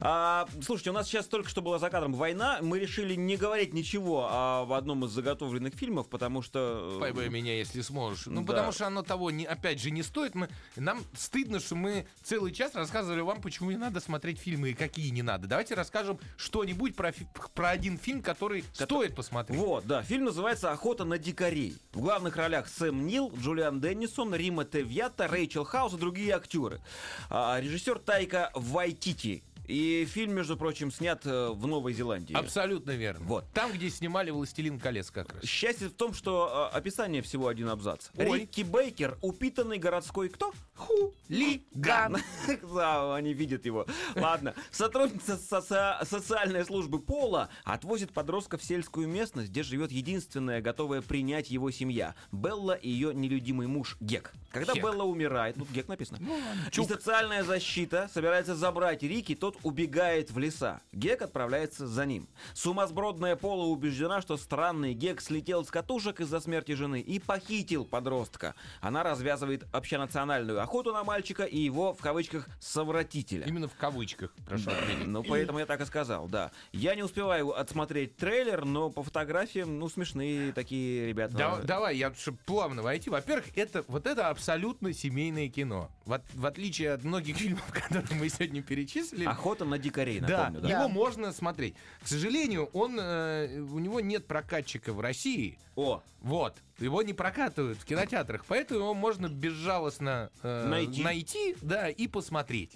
Speaker 2: А, слушайте, у нас сейчас только что была за кадром война. Мы решили не говорить ничего о одном из заготовленных фильмов, потому что... э,
Speaker 4: Поймай меня, если сможешь. Ну,
Speaker 2: Да.
Speaker 4: потому что оно того, не, опять же, не стоит. Мы, нам стыдно, что мы целый час рассказывали вам, почему не надо смотреть фильмы и какие не надо. Давайте расскажем что-нибудь про, фи- про один фильм, который стоит посмотреть.
Speaker 2: Вот, да. Фильм называется «Охота на дикарей». В главных ролях Сэм Нил, Джулиан Деннисон, Рима Тевьята, Рэйчел Хаус и другие актеры. А, режиссер Тайка Вайтити. И фильм, между прочим, снят э, в Новой Зеландии.
Speaker 4: Абсолютно верно.
Speaker 2: Вот.
Speaker 4: Там, где снимали «Властелин колец» как раз.
Speaker 2: Счастье в том, что э, описание всего один абзац.
Speaker 4: Ой.
Speaker 2: Рикки Бейкер, упитанный городской кто? Ху.
Speaker 4: Лиган.
Speaker 2: Да, они видят его. Ладно. Сотрудница соци- социальной службы Пола отвозит подростка в сельскую местность, где живет единственная, готовая принять его семья. Белла и ее нелюдимый муж Гек. Когда
Speaker 4: Гек. Ну,
Speaker 2: Белла умирает, тут Гек написано, и
Speaker 4: Чук.
Speaker 2: социальная защита собирается забрать Рики, тот убегает в леса. Гек отправляется за ним. Сумасбродная Пола убеждена, что странный Гек слетел с катушек из-за смерти жены и похитил подростка. Она развязывает общенациональную охоту на мальчика и его, в кавычках, «совратителя».
Speaker 4: Именно в кавычках. Прошу отметить.
Speaker 2: Ну, поэтому я так и сказал, да. Я не успеваю отсмотреть трейлер, но по фотографиям, ну, смешные такие ребята.
Speaker 4: Да- давай, я чтобы плавно войти. Во-первых, это вот это абсолютно семейное кино. В, от- в отличие от многих фильмов, которые мы сегодня перечислили.
Speaker 2: Охота на дикарей,
Speaker 4: Да,
Speaker 2: напомню. Да.
Speaker 4: его можно смотреть. К сожалению, он э, у него нет прокатчика в России.
Speaker 2: О,
Speaker 4: Вот. Его не прокатывают в кинотеатрах, поэтому его можно безжалостно э,
Speaker 2: Найти.
Speaker 4: да, и посмотреть.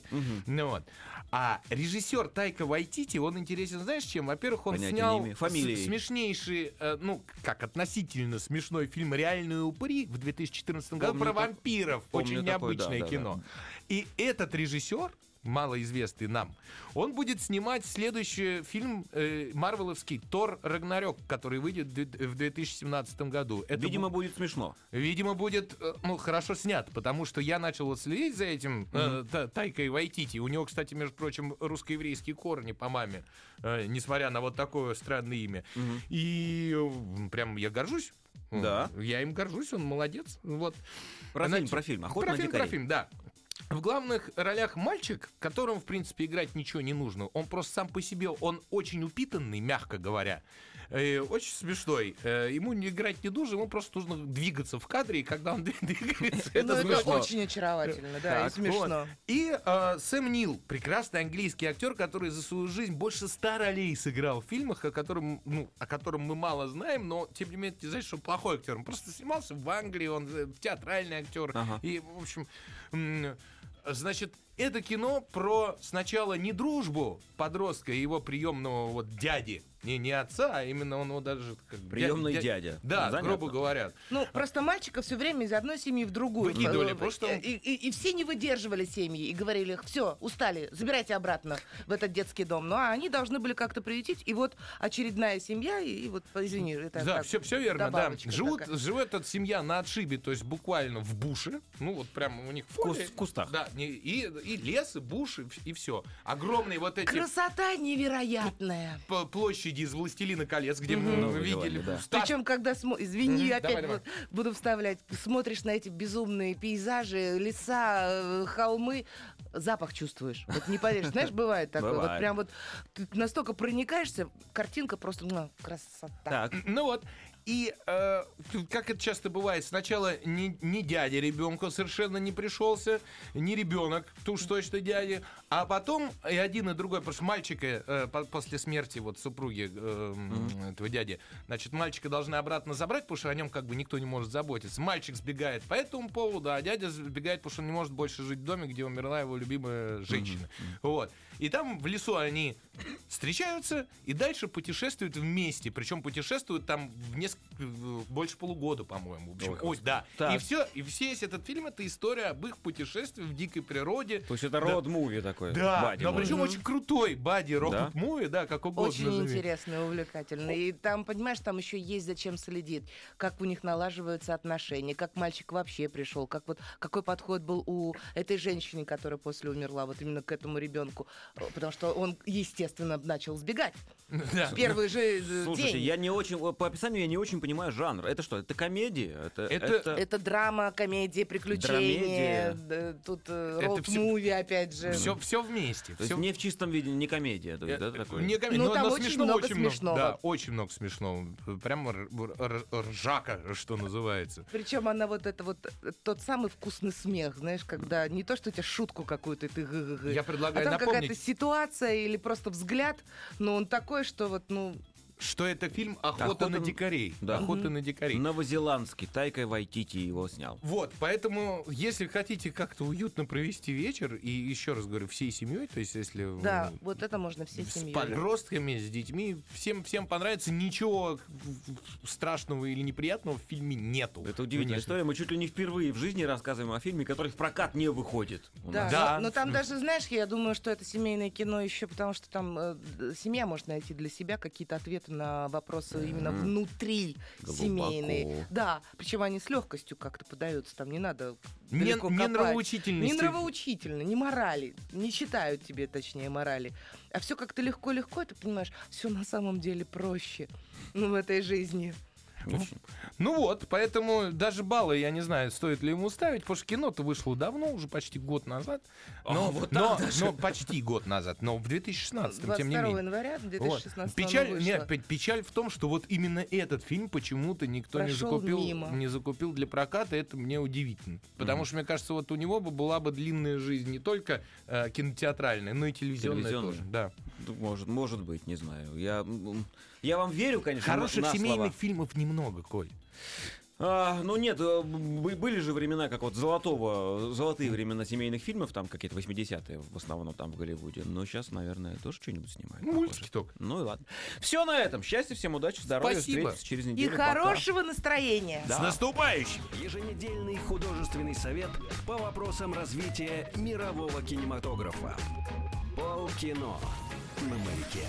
Speaker 4: Ну вот. А режиссер Тайка Вайтити, он интересен, знаешь, чем? Во-первых, он
Speaker 2: Понятия не
Speaker 4: снял
Speaker 2: имею. Фамилии.
Speaker 4: с- смешнейший, э, ну, как относительно смешной фильм «Реальные упыри» в 2014
Speaker 2: Помню
Speaker 4: году про
Speaker 2: так-
Speaker 4: вампиров.
Speaker 2: помню
Speaker 4: Очень
Speaker 2: такой, да,
Speaker 4: необычное
Speaker 2: да, да.
Speaker 4: кино. И этот режиссер, малоизвестный нам, он будет снимать следующий фильм э, марвеловский «Тор Рагнарёк», который выйдет в две- в 2017 году. Это
Speaker 2: видимо,
Speaker 4: бу-
Speaker 2: будет смешно.
Speaker 4: видимо, будет э, ну, хорошо снят, потому что я начал вот следить за этим э, Та- Тайкой Вайтити. У него, кстати, между прочим, русско-еврейские корни по маме, э, несмотря на вот такое странное имя. И э, прям я горжусь.
Speaker 2: Да.
Speaker 4: Я им горжусь, он молодец. Вот.
Speaker 2: Про фильм,
Speaker 4: Значит,
Speaker 2: про фильм. Охота на
Speaker 4: типа про фильм,
Speaker 2: дикарей.
Speaker 4: про фильм, да. В главных ролях мальчик, которому, в принципе, играть ничего не нужно. Он просто сам по себе, он очень упитанный, мягко говоря. Э, очень смешной. Э, ему не играть не нужно, ему просто нужно двигаться в кадре, и когда он двигается, это
Speaker 3: ну, это
Speaker 4: смешно.
Speaker 3: очень очаровательно, да, и
Speaker 4: Так,
Speaker 3: смешно.
Speaker 4: вот. И э, Сэм Нил, прекрасный английский актер, который за свою жизнь больше ста ролей сыграл в фильмах, о котором, ну, о котором мы мало знаем, но тем не менее, ты знаешь, что он плохой актер. Он просто снимался в Англии, он э, театральный актер.
Speaker 2: Ага.
Speaker 4: И, в общем, м, значит, это кино про сначала не дружбу подростка и его приемного вот дяди. Не, не отца, а именно он его даже... Как, дя-
Speaker 2: Приемный
Speaker 4: дя-
Speaker 2: дядя.
Speaker 4: Да,
Speaker 2: Занятно.
Speaker 4: грубо говоря.
Speaker 3: Ну, просто мальчика все время из одной семьи в другую.
Speaker 4: Выкидывали,
Speaker 3: Э,
Speaker 4: просто он-
Speaker 3: И, и- и все не выдерживали семьи и говорили, все, устали, забирайте обратно в этот детский дом. Ну, а они должны были как-то приютить, и вот очередная семья, и, и вот, извини, это
Speaker 4: Да,
Speaker 3: так,
Speaker 4: все, все верно, да.
Speaker 3: добавочка
Speaker 4: Живут,
Speaker 3: такая.
Speaker 4: живет эта семья на отшибе, то есть буквально в буше. Ну, вот прям у них в
Speaker 2: кус-
Speaker 4: поле.
Speaker 2: в кустах.
Speaker 4: Да, не- и, и лес, и буш, и, в- и все. Огромные вот эти
Speaker 3: Красота невероятная.
Speaker 4: п- площади из «Властелина колец», где мы
Speaker 2: Ну, вы
Speaker 4: видели
Speaker 2: говорили, да.
Speaker 4: статуи.
Speaker 3: Причем, когда смо- извини,
Speaker 4: Мгм.
Speaker 3: опять
Speaker 4: Давай, давай.
Speaker 3: вот буду вставлять, смотришь на эти безумные пейзажи, леса, э, холмы, запах чувствуешь. Вот не поверишь, знаешь, бывает такое. Вот
Speaker 2: Бывает.
Speaker 3: прям вот ты настолько проникаешься, картинка просто ну, красота.
Speaker 2: Так,
Speaker 4: Ну вот. И э, как это часто бывает, сначала ни, ни дядя ребенку совершенно не пришелся, ни ребенок, то уж точно дядя. А потом и один, и другой, потому что мальчика э, по- после смерти вот супруги э, м, этого дяди, значит, мальчика должны обратно забрать, потому что о нем как бы никто не может заботиться. Мальчик сбегает по этому поводу, а дядя сбегает, потому что он не может больше жить в доме, где умерла его любимая женщина. Вот. И там в лесу они встречаются и дальше путешествуют вместе. Причем путешествуют там в несколько в- больше полугода, по-моему. В общем,
Speaker 2: Ой,
Speaker 4: ой, да.
Speaker 2: Так.
Speaker 4: И все, и весь этот фильм это история об их путешествии в дикой природе.
Speaker 2: то есть это род-муви такой.
Speaker 4: Да,
Speaker 2: бади
Speaker 4: но
Speaker 2: муви.
Speaker 4: причем очень крутой бади
Speaker 2: Да?
Speaker 4: рок муви, да, как угодно.
Speaker 3: Очень
Speaker 4: назови.
Speaker 3: интересно, увлекательно. И там, понимаешь, там еще есть за чем следит, как у них налаживаются отношения, как мальчик вообще пришел, как вот какой подход был у этой женщины, которая после умерла, вот именно к этому ребенку, Э, потому что он, естественно, начал сбегать
Speaker 4: Да.
Speaker 3: в первый же э,
Speaker 2: Слушайте,
Speaker 3: день.
Speaker 2: я не очень, по описанию я не очень понимаю жанр. Это что, это комедия? Это,
Speaker 4: Это-
Speaker 3: Это драма, комедия,
Speaker 2: Драмедия.
Speaker 3: приключения, д- тут э,
Speaker 4: Это всё-
Speaker 3: рок-муви, опять же.
Speaker 4: Все, все вместе.
Speaker 2: То есть
Speaker 4: всё
Speaker 2: не в чистом виде, не комедия. То есть, да,
Speaker 4: Э,
Speaker 2: такое?
Speaker 4: не комедия,
Speaker 3: Ну,
Speaker 4: но-
Speaker 3: там
Speaker 4: но
Speaker 3: очень
Speaker 4: смешно,
Speaker 3: много
Speaker 4: очень много.
Speaker 3: смешного.
Speaker 4: Да, очень много смешного. Прям р- р- р- ржака, что называется.
Speaker 3: Причем она вот это вот э, тот самый вкусный смех, знаешь, когда не то, что у тебя шутку какую-то, и ты гы-гы-гы.
Speaker 4: Я
Speaker 3: А
Speaker 4: предлагаю
Speaker 3: там какая-то
Speaker 4: напомнить,
Speaker 3: ситуация или просто взгляд, но он такой, что вот, ну,
Speaker 4: что это фильм «Охота,
Speaker 2: Охота
Speaker 4: на
Speaker 2: на-
Speaker 4: дикарей».
Speaker 2: Да.
Speaker 4: «Охота на дикарей».
Speaker 2: Новозеландский, Тайка Вайтити его снял.
Speaker 4: Вот, поэтому, если хотите как-то уютно провести вечер, и еще раз говорю, всей семьей, то есть если м,
Speaker 3: да, вот это можно всей
Speaker 4: с
Speaker 3: семьей.
Speaker 4: подростками, с детьми, всем, всем понравится, ничего м, страшного или неприятного в фильме нету.
Speaker 2: Это удивительная
Speaker 4: Конечно.
Speaker 2: история. Мы чуть ли не впервые в жизни рассказываем о фильме, который в прокат не выходит. у
Speaker 3: Да,
Speaker 2: нас.
Speaker 4: Да.
Speaker 3: Но, но там даже, знаешь, я думаю, что это семейное кино еще, потому что там э, д- семья может найти для себя какие-то ответы на вопросы именно внутри семейные. Да, причем они с легкостью как-то подаются, там не надо
Speaker 4: Не,
Speaker 3: далеко
Speaker 4: не
Speaker 3: копать.
Speaker 4: нравоучительность.
Speaker 3: Не нравоучительно, не морали, не читают тебе, точнее, морали. А все как-то легко-легко, и ты понимаешь, все на самом деле проще ну, в этой жизни.
Speaker 2: Очень.
Speaker 4: Ну вот, поэтому даже баллы, я не знаю, стоит ли ему ставить, потому что кино-то вышло давно, уже почти год назад.
Speaker 2: А,
Speaker 4: Но, но, но почти год назад, но в 2016, тем не
Speaker 3: 22
Speaker 4: менее.
Speaker 3: января
Speaker 4: Вот.
Speaker 3: 2016 оно
Speaker 4: Печаль,
Speaker 3: вышло.
Speaker 4: нет, пе- печаль в том, что вот именно этот фильм почему-то никто не
Speaker 3: Прошел
Speaker 4: закупил,
Speaker 3: мимо.
Speaker 4: не закупил для проката, это мне удивительно. Потому что, мне кажется, вот у него бы была бы длинная жизнь не только э, кинотеатральная, но и телевизионная,
Speaker 2: Телевизионная.
Speaker 4: тоже. Да.
Speaker 2: Ну, Может, может быть, не знаю. Я, м, я вам верю, конечно,
Speaker 4: Хороших
Speaker 2: на слова.
Speaker 4: семейных фильмов немного, Коль.
Speaker 2: А, ну нет, э, бы- были же времена, как вот золотого, золотые времена семейных фильмов, там какие-то 80-е в основном там в Голливуде. Но сейчас, наверное, тоже что-нибудь снимают.
Speaker 4: Мультики только.
Speaker 2: Ну и ладно. Все на этом. Счастья всем, удачи, здоровья.
Speaker 4: Спасибо.
Speaker 2: Встретимся через
Speaker 3: И
Speaker 2: неделю. Пока.
Speaker 3: хорошего настроения.
Speaker 4: С наступающим!
Speaker 1: Еженедельный художественный совет по вопросам развития мирового кинематографа. Полкино на маяке.